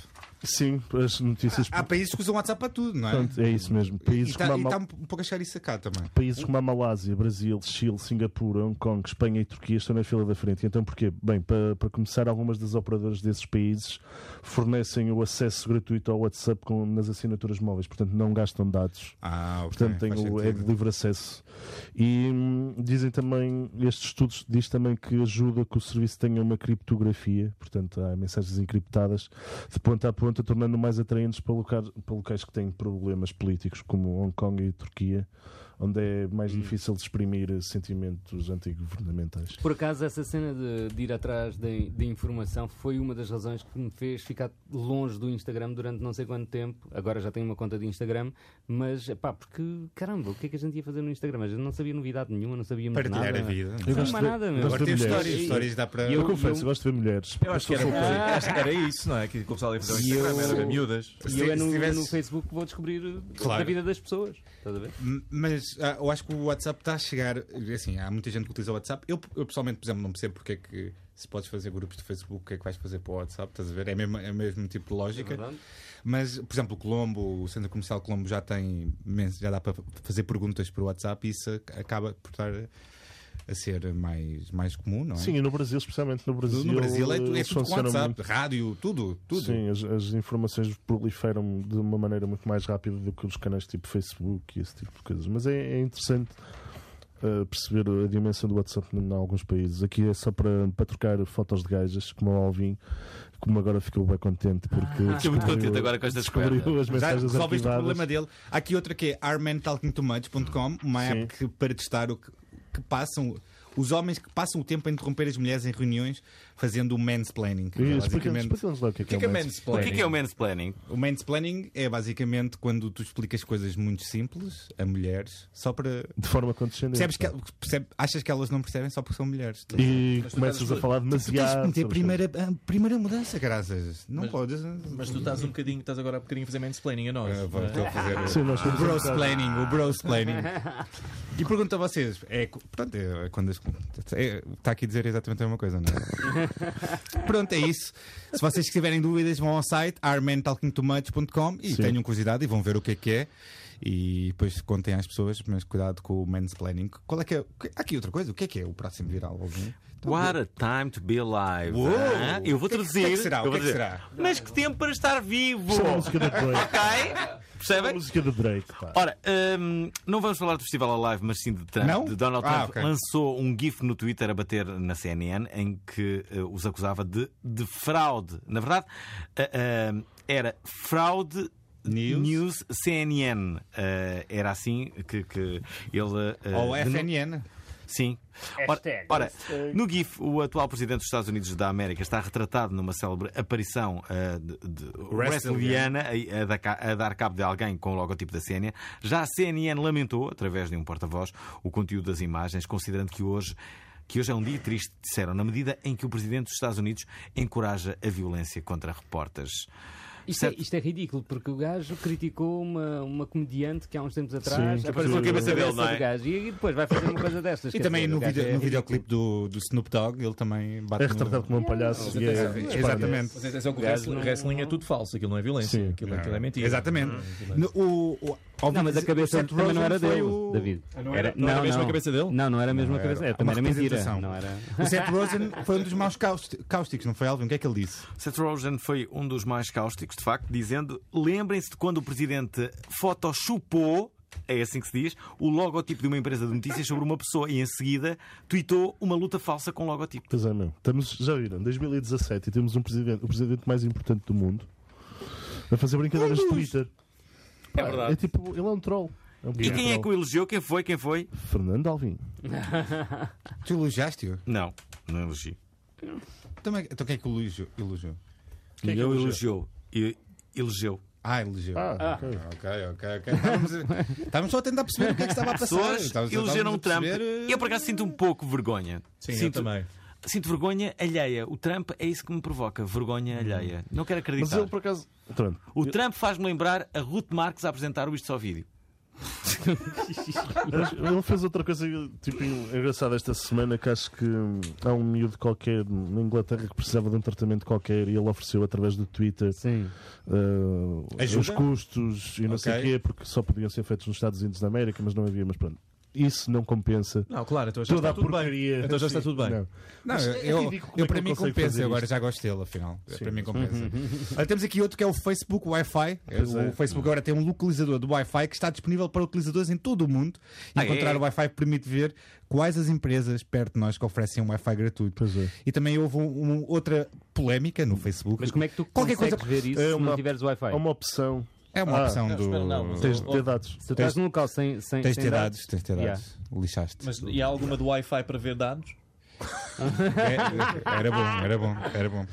Speaker 4: Sim, as notícias.
Speaker 3: Há países que usam WhatsApp para tudo, não é?
Speaker 4: Portanto, é isso mesmo.
Speaker 3: Ah, E
Speaker 4: Países,
Speaker 3: está
Speaker 4: como a, Mal-
Speaker 3: um pouco a achar isso a cá também.
Speaker 4: países como a Malásia, Brasil, Chile, Singapura, Hong Kong, Espanha e Turquia estão na fila da frente. Então porquê? Bem, para, para começar, algumas das operadoras desses países fornecem o acesso gratuito ao WhatsApp com, nas assinaturas móveis, portanto não gastam dados.
Speaker 3: Ah, ok.
Speaker 4: Portanto, tem
Speaker 3: faz
Speaker 4: o, é de
Speaker 3: sentido.
Speaker 4: livre acesso. E hum, dizem também, estes estudos diz também que ajuda que o serviço tenha uma criptografia, portanto, há mensagens encriptadas de ponta a ponta, tornando mais atraentes para, locar, para locais que têm problemas políticos, como Hong Kong e Turquia, onde é mais
Speaker 3: Hum.
Speaker 4: difícil de exprimir sentimentos antigovernamentais.
Speaker 2: Por acaso, essa cena de, de ir atrás da da informação foi uma das razões que me fez ficar longe do Instagram durante não sei quanto tempo. Agora já tenho uma conta de Instagram, mas pá, porque caramba, o que é que a gente ia fazer no Instagram? A gente não sabia novidade nenhuma, não sabíamos
Speaker 3: Partilhar
Speaker 2: nada.
Speaker 3: a vida.
Speaker 2: Não sabia mais nada, meu.
Speaker 4: gosto
Speaker 3: Agora
Speaker 4: de
Speaker 3: temos
Speaker 4: mulheres.
Speaker 3: histórias. Histórias dá para.
Speaker 4: Eu,
Speaker 2: Eu-
Speaker 4: confesso,
Speaker 2: eu-
Speaker 4: gosto de ver mulheres.
Speaker 5: Eu acho que era, acho que era isso, não é? Que o pessoal ia fazer o
Speaker 2: E eu-
Speaker 5: Instagram, era ver miúdas.
Speaker 2: E
Speaker 3: Se-
Speaker 2: eu é
Speaker 3: se
Speaker 2: no,
Speaker 3: tivesse-
Speaker 2: no Facebook que vou descobrir
Speaker 3: Claro.
Speaker 2: a vida das pessoas. Estás a ver?
Speaker 3: M- Mas ah, eu acho que o WhatsApp está a chegar. Assim, há muita gente que utiliza o WhatsApp. Eu, eu pessoalmente, por exemplo, não percebo porque é que se podes fazer grupos de Facebook, o que é que vais fazer para o WhatsApp? Estás a ver? É, mesmo, é o mesmo tipo de lógica.
Speaker 2: verdade.
Speaker 3: Mas, por exemplo, o Colombo, o Centro Comercial Colombo já tem imenso- já dá para fazer perguntas para o WhatsApp e isso ac- acaba por estar a ser mais, mais comum, não é?
Speaker 4: Sim, e no Brasil, especialmente no Brasil.
Speaker 3: no Brasil é, tu- é
Speaker 4: eles
Speaker 3: tudo com
Speaker 4: funcionam
Speaker 3: WhatsApp,
Speaker 4: muito-
Speaker 3: rádio, tudo, tudo.
Speaker 4: Sim, as, as informações proliferam de uma maneira muito mais rápida do que os canais tipo Facebook e esse tipo de coisas. Mas é, é interessante uh, perceber a dimensão do WhatsApp em alguns países. Aqui é só para, para trocar fotos de gajas, como o Alvin, como agora ficou bem contente porque
Speaker 1: Estou Ah. muito
Speaker 4: descobriu-
Speaker 1: contente agora com esta descoberta.
Speaker 4: descobriu as
Speaker 3: Já
Speaker 4: mensagens
Speaker 3: resolveste o problema
Speaker 4: arquivadas.
Speaker 3: dele. Há aqui outra que é armentalkingtomuch.com, uma
Speaker 4: Sim.
Speaker 3: app que, para testar o que, que passam os homens que passam o tempo a interromper as mulheres em reuniões fazendo o
Speaker 4: E
Speaker 3: mansplaining. É
Speaker 4: Explica-nos
Speaker 3: basicamente-
Speaker 4: explica-nos lá o que é que é, o Mans.
Speaker 1: O que é que é o mansplaining?
Speaker 3: O mansplaining é basicamente quando tu explicas coisas muito simples a mulheres, só para.
Speaker 4: De forma condescendente.
Speaker 3: Percebes que, percebe- achas que elas não percebem só porque são mulheres. Tu
Speaker 4: E começas a falar
Speaker 3: tens de
Speaker 4: demasiado.
Speaker 3: meter a
Speaker 4: sobre-
Speaker 3: primeira, a primeira mudança, graças. Não é? podes.
Speaker 5: Mas tu estás um bocadinho, estás agora um bocadinho a fazer mansplaining a nós.
Speaker 3: Ah,
Speaker 5: não
Speaker 3: vou-
Speaker 5: é?
Speaker 3: estou a fazer o-
Speaker 4: Sim, nós
Speaker 3: o
Speaker 4: temos
Speaker 3: bros planning, o bros planning. E pergunto a vocês, é, co- pronto, é, quando está aqui a dizer exatamente a mesma coisa, não é? pronto, é isso. Se vocês tiverem dúvidas, vão ao site armentalkingtomuch.com e
Speaker 4: Sim.
Speaker 3: tenham curiosidade e vão ver o que é que é. E depois contem às pessoas, mas cuidado com o mansplaining. Qual é que é? que- Há aqui outra coisa, o que é que é o próximo viral? Algum?
Speaker 1: What a time to be alive.
Speaker 3: Uou!
Speaker 1: hã? Eu vou
Speaker 3: O que é que-
Speaker 1: traduzir.
Speaker 3: o que é que será?
Speaker 1: Eu
Speaker 3: O
Speaker 1: vou
Speaker 3: que é que
Speaker 1: dizer,
Speaker 3: será?
Speaker 1: Mas que tempo para estar vivo!
Speaker 4: Isto é a música do Drake.
Speaker 1: Ok?
Speaker 4: A
Speaker 3: Tá
Speaker 1: Percebem?
Speaker 4: música do Drake. pá.
Speaker 1: Ora, hum, não vamos falar do Festival Alive, mas sim de Trump.
Speaker 3: Não?
Speaker 1: De Donald
Speaker 3: Ah,
Speaker 1: Trump
Speaker 3: ok.
Speaker 1: lançou um GIF no Twitter a bater na CNN em que eh, os acusava de, de fraude. Na verdade, eh, hum, era fraude.
Speaker 3: News?
Speaker 1: CNN. Eh, era assim que, que ele. eh,
Speaker 3: Ou
Speaker 1: denu-
Speaker 3: FNN?
Speaker 1: Sim. Ora, ora, no GIF, o atual presidente dos Estados Unidos da América está retratado numa célebre aparição ah, de, de
Speaker 3: Wrestleiana.
Speaker 1: wrestleriana a, a da ca- a dar cabo de alguém com o logotipo da CNN. Já a CNN lamentou, através de um porta-voz, o conteúdo das imagens, considerando que hoje. Que hoje é um dia triste, disseram, na medida em que o presidente dos Estados Unidos encoraja a violência contra repórteres.
Speaker 2: Isto é,
Speaker 1: Certo.
Speaker 2: isto é ridículo, porque o gajo criticou uma, uma comediante que há uns tempos atrás
Speaker 4: Sim,
Speaker 2: apareceu
Speaker 1: que-
Speaker 2: na
Speaker 1: cabeça dele, não é?
Speaker 2: do gajo, e depois vai fazer uma coisa destas.
Speaker 3: E
Speaker 2: quer
Speaker 3: também
Speaker 2: dizer,
Speaker 3: no,
Speaker 2: o gajo
Speaker 3: vídeo,
Speaker 2: é
Speaker 3: no
Speaker 2: ridículo.
Speaker 3: videoclipe do, do Snoop Dogg, ele também bate
Speaker 4: É
Speaker 3: no-
Speaker 4: retratado como um palhaço. e é-
Speaker 3: Exatamente.
Speaker 5: Mas atenção que o wrestling, wrestling é tudo falso, aquilo não é violência,
Speaker 4: Sim.
Speaker 5: aquilo, aquilo é
Speaker 3: Ah,
Speaker 5: mentira.
Speaker 3: Exatamente. No- o, o-
Speaker 2: Não, mas a cabeça
Speaker 3: Seth
Speaker 2: também não era
Speaker 3: Rogen foi
Speaker 2: dele,
Speaker 3: o-
Speaker 2: David.
Speaker 5: não era- não era a mesma cabeça dele?
Speaker 2: Não, não era a mesma
Speaker 3: era-
Speaker 2: cabeça. É,
Speaker 3: era
Speaker 2: também
Speaker 3: uma
Speaker 2: era mentira.
Speaker 3: representação.
Speaker 2: Não era.
Speaker 3: O Seth Rogen foi um dos maus cáust- cáusticos, não foi, Alvin? O que é que ele disse?
Speaker 1: Seth Rogen foi um dos mais cáusticos, de facto, dizendo: lembrem-se de quando o presidente photoshopou. É assim que se diz, o logotipo de uma empresa de notícias sobre uma pessoa e em seguida tweetou uma luta falsa com o logotipo.
Speaker 4: Pois é, meu. Estamos, já viram, 2017 e temos um presidente, o presidente mais importante do mundo a fazer brincadeiras de Twitter. É verdade. É tipo, ele é um troll. um
Speaker 1: E quem é que
Speaker 4: bocado.
Speaker 1: o elogiou? Quem foi? Quem foi?
Speaker 4: Fernando Alvim.
Speaker 3: Tu elogiaste-o?
Speaker 1: Não, não elogio.
Speaker 3: Também- Então quem é que o elogio- elogiou?
Speaker 1: Quem eu elogiou. E- Elegeu.
Speaker 3: Ah, elogiou.
Speaker 4: Ah,
Speaker 3: Ok, ok, ok. Estávamos, estávamos só a tentar perceber o que é que estava a passar.
Speaker 1: Pessoas
Speaker 3: Estávamos-
Speaker 1: elegeram o
Speaker 3: estávamos a
Speaker 1: Trump.
Speaker 3: perceber, eh,
Speaker 1: Eu por acaso sinto um pouco vergonha.
Speaker 5: Sim, eu
Speaker 1: sinto,
Speaker 5: também.
Speaker 1: sinto vergonha alheia. O Trump é isso que me provoca, vergonha alheia. Não quero
Speaker 4: Mas
Speaker 1: acreditar.
Speaker 4: ele por acaso. Pronto.
Speaker 1: O Trump faz-me lembrar a Ruth Marques a apresentar o Isto Só Vídeo.
Speaker 4: Mas Ele fez outra coisa tipo, engraçada esta semana que acho que hum, há um miúdo qualquer na Inglaterra que precisava de um tratamento qualquer e ele ofereceu através do Twitter
Speaker 2: Sim.
Speaker 4: eh,
Speaker 3: Ajuda?
Speaker 4: os custos e não sei o
Speaker 3: Ok.
Speaker 4: quê, porque só podiam ser feitos nos Estados Unidos da América, mas não havia, mas pronto. Isso não compensa
Speaker 5: Não, claro, então já
Speaker 4: toda
Speaker 5: está
Speaker 4: a
Speaker 5: tudo bem.
Speaker 4: porcaria.
Speaker 5: Então já está tudo bem.
Speaker 4: Não.
Speaker 3: Não,
Speaker 4: Mas
Speaker 3: eu,
Speaker 4: é
Speaker 3: eu,
Speaker 4: ridículo como é que
Speaker 3: para
Speaker 4: ele
Speaker 3: mim
Speaker 4: consegue
Speaker 3: compensa,
Speaker 4: fazer
Speaker 3: eu agora
Speaker 4: isto. Uhum,
Speaker 3: já gosto dele, afinal. Para mim compensa. Olha, temos aqui outro que é o Facebook Wi-Fi.
Speaker 4: Pois
Speaker 3: o
Speaker 4: é.
Speaker 3: Facebook agora tem um localizador do Wi-Fi que está disponível para utilizadores em todo o mundo. E
Speaker 1: Ah, é?
Speaker 3: encontrar o Wi-Fi permite ver quais as empresas perto de nós que oferecem um Wi-Fi gratuito.
Speaker 4: Pois é.
Speaker 3: E também houve um- um- outra polémica no Facebook.
Speaker 2: Mas como é que tu
Speaker 3: Qualquer
Speaker 2: consegues
Speaker 3: coisa-
Speaker 2: ver isso
Speaker 4: É
Speaker 2: se não
Speaker 4: uma-
Speaker 2: tiveres Wi-Fi?
Speaker 4: Há uma opção.
Speaker 3: É uma
Speaker 4: Ah,
Speaker 3: opção
Speaker 5: não,
Speaker 3: do.
Speaker 5: espera, não, mas-
Speaker 4: Tens de
Speaker 5: Oh,
Speaker 4: ter dados.
Speaker 2: Se tu estás num local sem, sem,
Speaker 3: Tens de
Speaker 2: sem
Speaker 3: ter
Speaker 2: dados,
Speaker 3: dados, tens de ter
Speaker 2: Yeah.
Speaker 3: dados. Lixaste.
Speaker 5: Mas e há alguma do Wi-Fi para ver dados?
Speaker 3: É, era bom, era bom, era bom.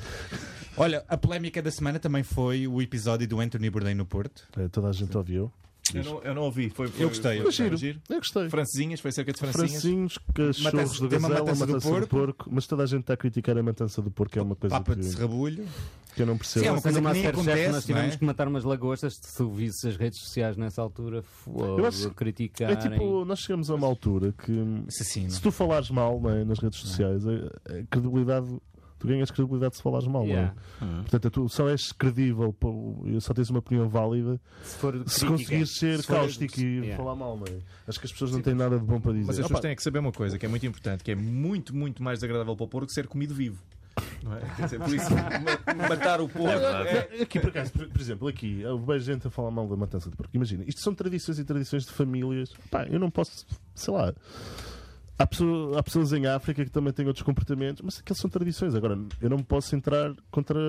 Speaker 3: Olha, a polémica da semana também foi o episódio do Anthony Bourdain no Porto.
Speaker 4: É, toda a gente ouviu.
Speaker 5: Eu não, eu não ouvi. Foi, foi,
Speaker 3: Eu gostei,
Speaker 5: Foi,
Speaker 3: eu
Speaker 5: foi,
Speaker 4: gostei.
Speaker 5: giro.
Speaker 4: Eu gostei.
Speaker 5: Francesinhas, foi cerca de francesinhas.
Speaker 4: Francinhos, cachorros
Speaker 3: Matança-
Speaker 4: de
Speaker 3: tem uma
Speaker 4: gazela, matança,
Speaker 3: matança do
Speaker 4: do, porco. mas toda a gente está a criticar a matança do porco, que é uma coisa
Speaker 3: Papa de
Speaker 4: que,
Speaker 3: Serrabulho.
Speaker 4: que eu não percebo.
Speaker 3: Sim, é uma coisa
Speaker 2: no
Speaker 3: que nem
Speaker 2: Masterchef
Speaker 3: acontece,
Speaker 2: nós tivemos
Speaker 3: não é?
Speaker 2: que matar umas lagostas, se tu visse as redes sociais nessa altura, fogo,
Speaker 4: Eu acho-
Speaker 2: criticarem.
Speaker 4: É tipo, nós chegamos a uma altura que
Speaker 3: Isso assim,
Speaker 4: se tu falares mal não é, nas redes sociais, a, a credibilidade. Tu ganhas credibilidade se falares mal,
Speaker 2: Yeah.
Speaker 4: não é? Portanto, tu só és credível, pô, só tens uma opinião válida
Speaker 2: Se for
Speaker 4: se
Speaker 2: crítica.
Speaker 4: conseguires ser
Speaker 2: for-
Speaker 4: cáustico e
Speaker 2: Yeah.
Speaker 4: falar mal, não é? Acho que as pessoas não têm nada de bom para dizer.
Speaker 5: Mas as
Speaker 4: Opa,
Speaker 5: pessoas têm que saber uma coisa que é muito importante, que é muito, muito mais desagradável para o porco ser comido vivo. Não é? Quer dizer, por isso, ma- matar o porco. é-
Speaker 4: Aqui, por acaso, por, por exemplo, aqui, houve bem gente a falar mal da matança de porco. Imagina, isto são tradições e tradições de famílias. Pá, eu não posso, sei lá. Há, pessoa- há pessoas em África que também têm outros comportamentos, mas aquelas são tradições. Agora, eu não posso entrar contra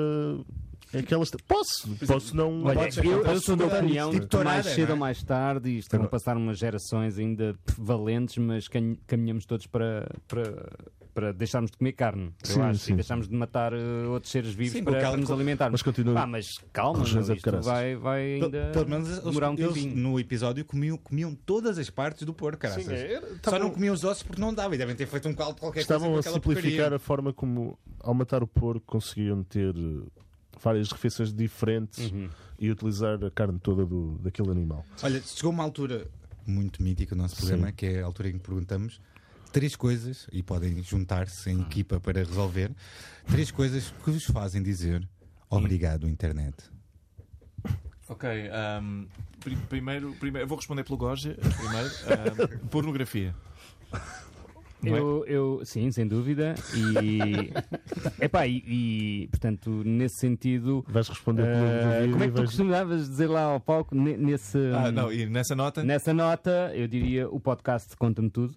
Speaker 4: aquelas. Posso, posso não.
Speaker 2: Olha,
Speaker 4: posso-
Speaker 2: eu, eu
Speaker 4: posso
Speaker 2: sou da
Speaker 4: concordar
Speaker 2: opinião
Speaker 4: nisso.
Speaker 2: de
Speaker 3: tipo
Speaker 2: que mais
Speaker 3: tornada,
Speaker 2: cedo
Speaker 3: não é?
Speaker 2: ou mais tarde, isto vão
Speaker 4: Agora-
Speaker 2: passar umas gerações ainda pff, valentes, mas cam- caminhamos todos para, para, para deixarmos de comer carne, eu
Speaker 4: Sim,
Speaker 2: acho,
Speaker 4: sim.
Speaker 2: e deixarmos de matar eh, outros seres vivos
Speaker 3: Sim,
Speaker 2: para,
Speaker 3: com cal-
Speaker 2: para nos
Speaker 3: com-
Speaker 2: alimentarmos.
Speaker 4: Mas continua-
Speaker 2: Pá, mas calma,
Speaker 4: Mas,
Speaker 2: meu,
Speaker 4: José de
Speaker 2: isto
Speaker 4: Caraças.
Speaker 2: vai, vai
Speaker 3: Pe-
Speaker 2: ainda
Speaker 3: Pelo menos eles,
Speaker 2: demorar um
Speaker 3: eles
Speaker 2: tempinho.
Speaker 3: no episódio comiam, comiam todas as partes do porco, caraças.
Speaker 4: Sim, é, era-
Speaker 3: Só não
Speaker 4: estavam-
Speaker 3: comiam os ossos porque não dava. E devem ter feito um caldo qualquer
Speaker 4: Estavam a
Speaker 3: coisa. com aquela
Speaker 4: simplificar
Speaker 3: porcaria.
Speaker 4: a forma como, ao matar o porco, conseguiam ter eh, várias refeições diferentes
Speaker 2: Uhum.
Speaker 4: e utilizar a carne toda do, daquele animal.
Speaker 3: Olha, chegou uma altura muito mítica do nosso programa, que é a altura em que perguntamos três coisas, e podem juntar-se em equipa para resolver, três coisas que vos fazem dizer obrigado, internet.
Speaker 5: Ok, ahm, pri- primeiro, primeiro, eu vou responder pelo Gorge. Primeiro, ahm, pornografia. Não é?
Speaker 2: Eu, eu- sim, sem dúvida. E, epá, e, e portanto, nesse sentido,
Speaker 4: Vais responder pelo
Speaker 2: eh,
Speaker 4: vídeo
Speaker 2: como é
Speaker 4: e
Speaker 2: que tu
Speaker 4: vais
Speaker 2: costumavas dizer lá ao palco ne- nesse,
Speaker 5: Ah, não, e nessa nota,
Speaker 2: nessa nota? Eu diria o podcast Conta-me Tudo,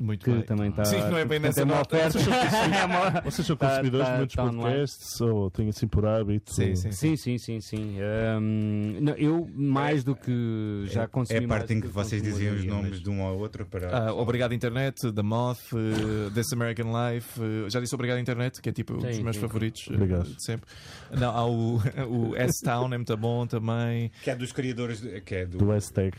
Speaker 5: muito
Speaker 2: que
Speaker 5: bem.
Speaker 2: também
Speaker 3: então.
Speaker 2: está.
Speaker 5: Sim, não é bem nessa
Speaker 2: é uma
Speaker 5: nota.
Speaker 2: oferta. É uma-
Speaker 4: Vocês são
Speaker 2: Tá-
Speaker 4: consumidores
Speaker 2: tá-
Speaker 4: de muitos
Speaker 2: tá online.
Speaker 4: podcasts ou têm assim por hábito?
Speaker 5: Sim, sim, sim.
Speaker 2: Sim, sim, sim, sim. Ahm, não, eu, mais do que já
Speaker 3: É
Speaker 2: consumi.
Speaker 3: a parte
Speaker 2: mais
Speaker 3: em
Speaker 2: do
Speaker 3: que vocês
Speaker 2: consumo
Speaker 3: diziam
Speaker 2: hoje
Speaker 3: os
Speaker 2: em dia,
Speaker 3: nomes de um ao outro para.
Speaker 5: Ah, obrigado Internet, The Moth, eh, This American Life. eh, já disse Obrigado Internet, que é tipo um dos
Speaker 2: Sim,
Speaker 5: meus
Speaker 2: sim.
Speaker 5: favoritos eh,
Speaker 4: Obrigado.
Speaker 5: de sempre. Não, há o, o S-Town, é muito bom também.
Speaker 3: Que é dos criadores, de- que é do-
Speaker 4: Do hashtag.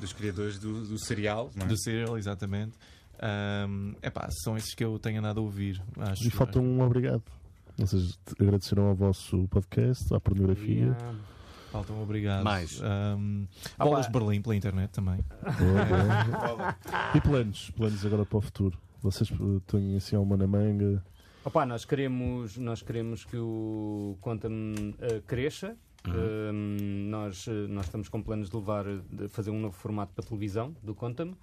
Speaker 3: dos criadores do, do cereal. não é?
Speaker 5: Do Serial, exatamente. É epá, são esses que eu tenho andado a ouvir. Acho.
Speaker 4: E falta um obrigado. Vocês te- agradeceram ao vosso podcast, à pornografia.
Speaker 2: Ah,
Speaker 5: Faltam obrigado.
Speaker 1: Mais.
Speaker 5: Ahm, há bolas de Berlim pela internet também.
Speaker 4: E planos? Planos agora para o futuro? Vocês eh, têm assim alguma na manga?
Speaker 2: Opa, nós queremos, nós queremos que o Conta-me eh, cresça.
Speaker 3: Uhum.
Speaker 2: Ehm, nós, eh, nós estamos com planos de levar, eh, de fazer um novo formato para televisão do Conta-me.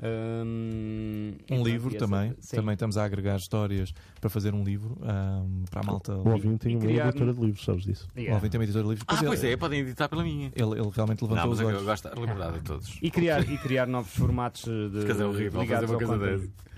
Speaker 2: Ehm,
Speaker 5: Um
Speaker 2: e
Speaker 5: livro
Speaker 2: essa-
Speaker 5: também.
Speaker 2: sim.
Speaker 5: Também estamos a agregar histórias para fazer um livro ahm, para a malta.
Speaker 4: O ouvinte tem
Speaker 2: e
Speaker 4: uma
Speaker 2: criar-
Speaker 4: leitura de livros, sabes disso?
Speaker 5: O
Speaker 2: Yeah.
Speaker 5: ouvinte também editor de livros.
Speaker 1: Ah,
Speaker 5: Pois
Speaker 1: pois
Speaker 5: ele-
Speaker 1: é, podem editar pela minha.
Speaker 5: Ele, ele realmente levantou
Speaker 1: Não, mas
Speaker 5: os
Speaker 1: é que
Speaker 5: olhos.
Speaker 1: eu gosto da liberdade de todos.
Speaker 2: E criar, e criar novos formatos de.
Speaker 5: Ah,
Speaker 1: Porque é horrível
Speaker 2: ligados
Speaker 1: fazer uma
Speaker 2: ao
Speaker 1: coisa
Speaker 2: Conta-me.
Speaker 1: dessas.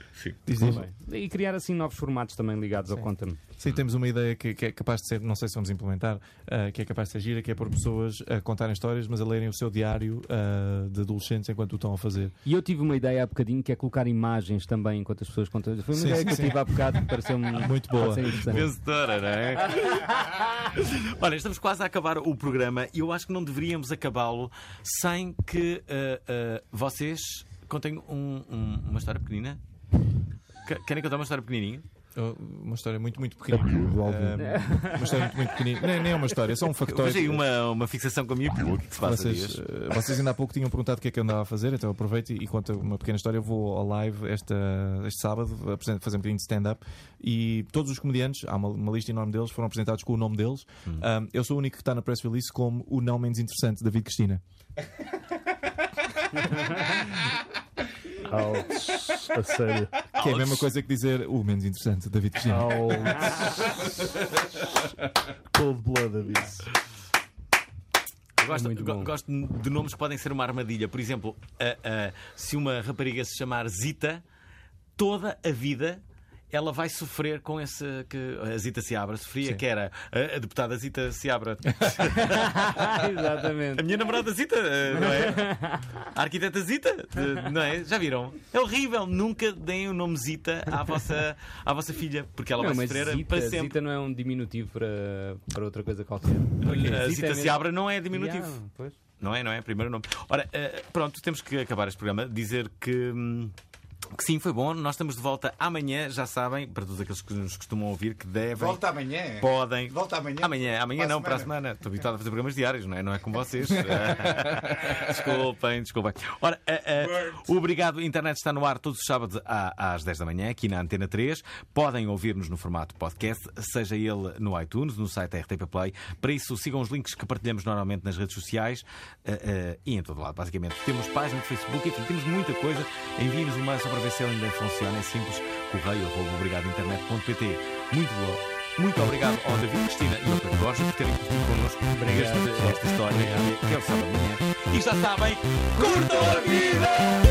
Speaker 5: Diz, diz.
Speaker 2: Também. E criar assim novos formatos também ligados ao Conta-me.
Speaker 5: Sim, temos uma ideia que, que é capaz de ser, não sei se vamos implementar, ah, que é capaz de ser gira, que é pôr pessoas a contarem histórias, mas a lerem o seu diário ah, de adolescentes enquanto o estão a fazer.
Speaker 2: E eu tive uma ideia há bocadinho que é colocar imagens também enquanto as pessoas contam. Foi uma
Speaker 5: Sim,
Speaker 2: ideia
Speaker 5: sim,
Speaker 2: que
Speaker 5: sim.
Speaker 2: eu tive há bocado que pareceu-me
Speaker 5: Muito boa.
Speaker 2: pode ser interessante.
Speaker 1: Vencedora, não é? Olha, estamos quase a acabar o programa e eu acho que não deveríamos acabá-lo sem que ah, ah, vocês contem um- um- uma história pequenina. Que- Querem contar uma história pequenininha?
Speaker 5: Oh, Uma história muito, muito
Speaker 1: É
Speaker 5: pequenina.
Speaker 4: do Alvin.
Speaker 5: Ah, uma história muito, muito pequenina. Nem, nem é uma história, é só um factório.
Speaker 1: Hoje aí uma, uma fixação com a minha pergunta que se passa
Speaker 5: Vocês,
Speaker 1: dias.
Speaker 5: eh, vocês ainda há pouco tinham perguntado o que é que eu andava a fazer, então aproveito e, e conto uma pequena história. Eu vou ao live esta, este sábado apresento- fazer um bocadinho de stand-up e todos os comediantes, há uma, uma lista enorme deles, foram apresentados com o nome deles.
Speaker 1: Hum.
Speaker 5: Ahm, eu sou o único que está na press release como o não menos interessante, David Cristina.
Speaker 4: Ouch. A sério.
Speaker 5: Que é a mesma coisa que dizer o menos interessante, David Cristina.
Speaker 4: Cold blood, aviso.
Speaker 1: Eu Gosto,
Speaker 2: Muito
Speaker 1: go-
Speaker 2: bom.
Speaker 1: gosto de nomes que podem ser uma armadilha. Por exemplo, a- a- se uma rapariga se chamar Zita, toda a vida ela vai sofrer com esse que a Zita se abra. Sofria, que era a, a deputada Zita se abra.
Speaker 2: Ah, Exatamente.
Speaker 1: A minha namorada Zita, eh, não é? A arquiteta Zita, eh, não é? Já viram? É horrível. Nunca deem o nome Zita à vossa, à vossa filha, porque ela
Speaker 2: Não,
Speaker 1: vai
Speaker 2: mas
Speaker 1: sofrer
Speaker 2: Zita,
Speaker 1: para sempre.
Speaker 2: Zita não é um diminutivo para, para outra coisa qualquer.
Speaker 1: A Zita
Speaker 2: é
Speaker 1: se
Speaker 2: mesmo-
Speaker 1: abra não é diminutivo.
Speaker 2: Yeah, pois.
Speaker 1: Não é, não é? Primeiro nome. Ora, eh, pronto, temos que acabar este programa. Dizer que. hum, que sim, foi bom. Nós estamos de volta amanhã, já sabem, para todos aqueles que nos costumam ouvir, que devem.
Speaker 3: Volta amanhã.
Speaker 1: Podem.
Speaker 3: É. Volta amanhã.
Speaker 1: Amanhã, amanhã
Speaker 3: Para a
Speaker 1: não, para a semana. Estou habituado a fazer programas diários, não é? Não é como vocês. desculpem, desculpem. Ora, ah, ah, o obrigado. A internet está no ar todos os sábados à- às 10 da manhã, aqui na Antena 3. Podem ouvir-nos no formato podcast, seja ele no iTunes, no site RTP Play. Para isso, sigam os links que partilhamos normalmente nas redes sociais ah, ah, e em todo lado, basicamente. Temos página no Facebook, enfim, temos muita coisa. Enviem-nos um mail só para ver se ele ainda funciona. É simples. Correio, arroba, obrigadointernet.pt. Muito bom. Muito obrigado ao David Cristina e ao Pedro Borges por terem curtido connosco este- esta história, que é o sábado de manhã. E já sabem, curtam a vida!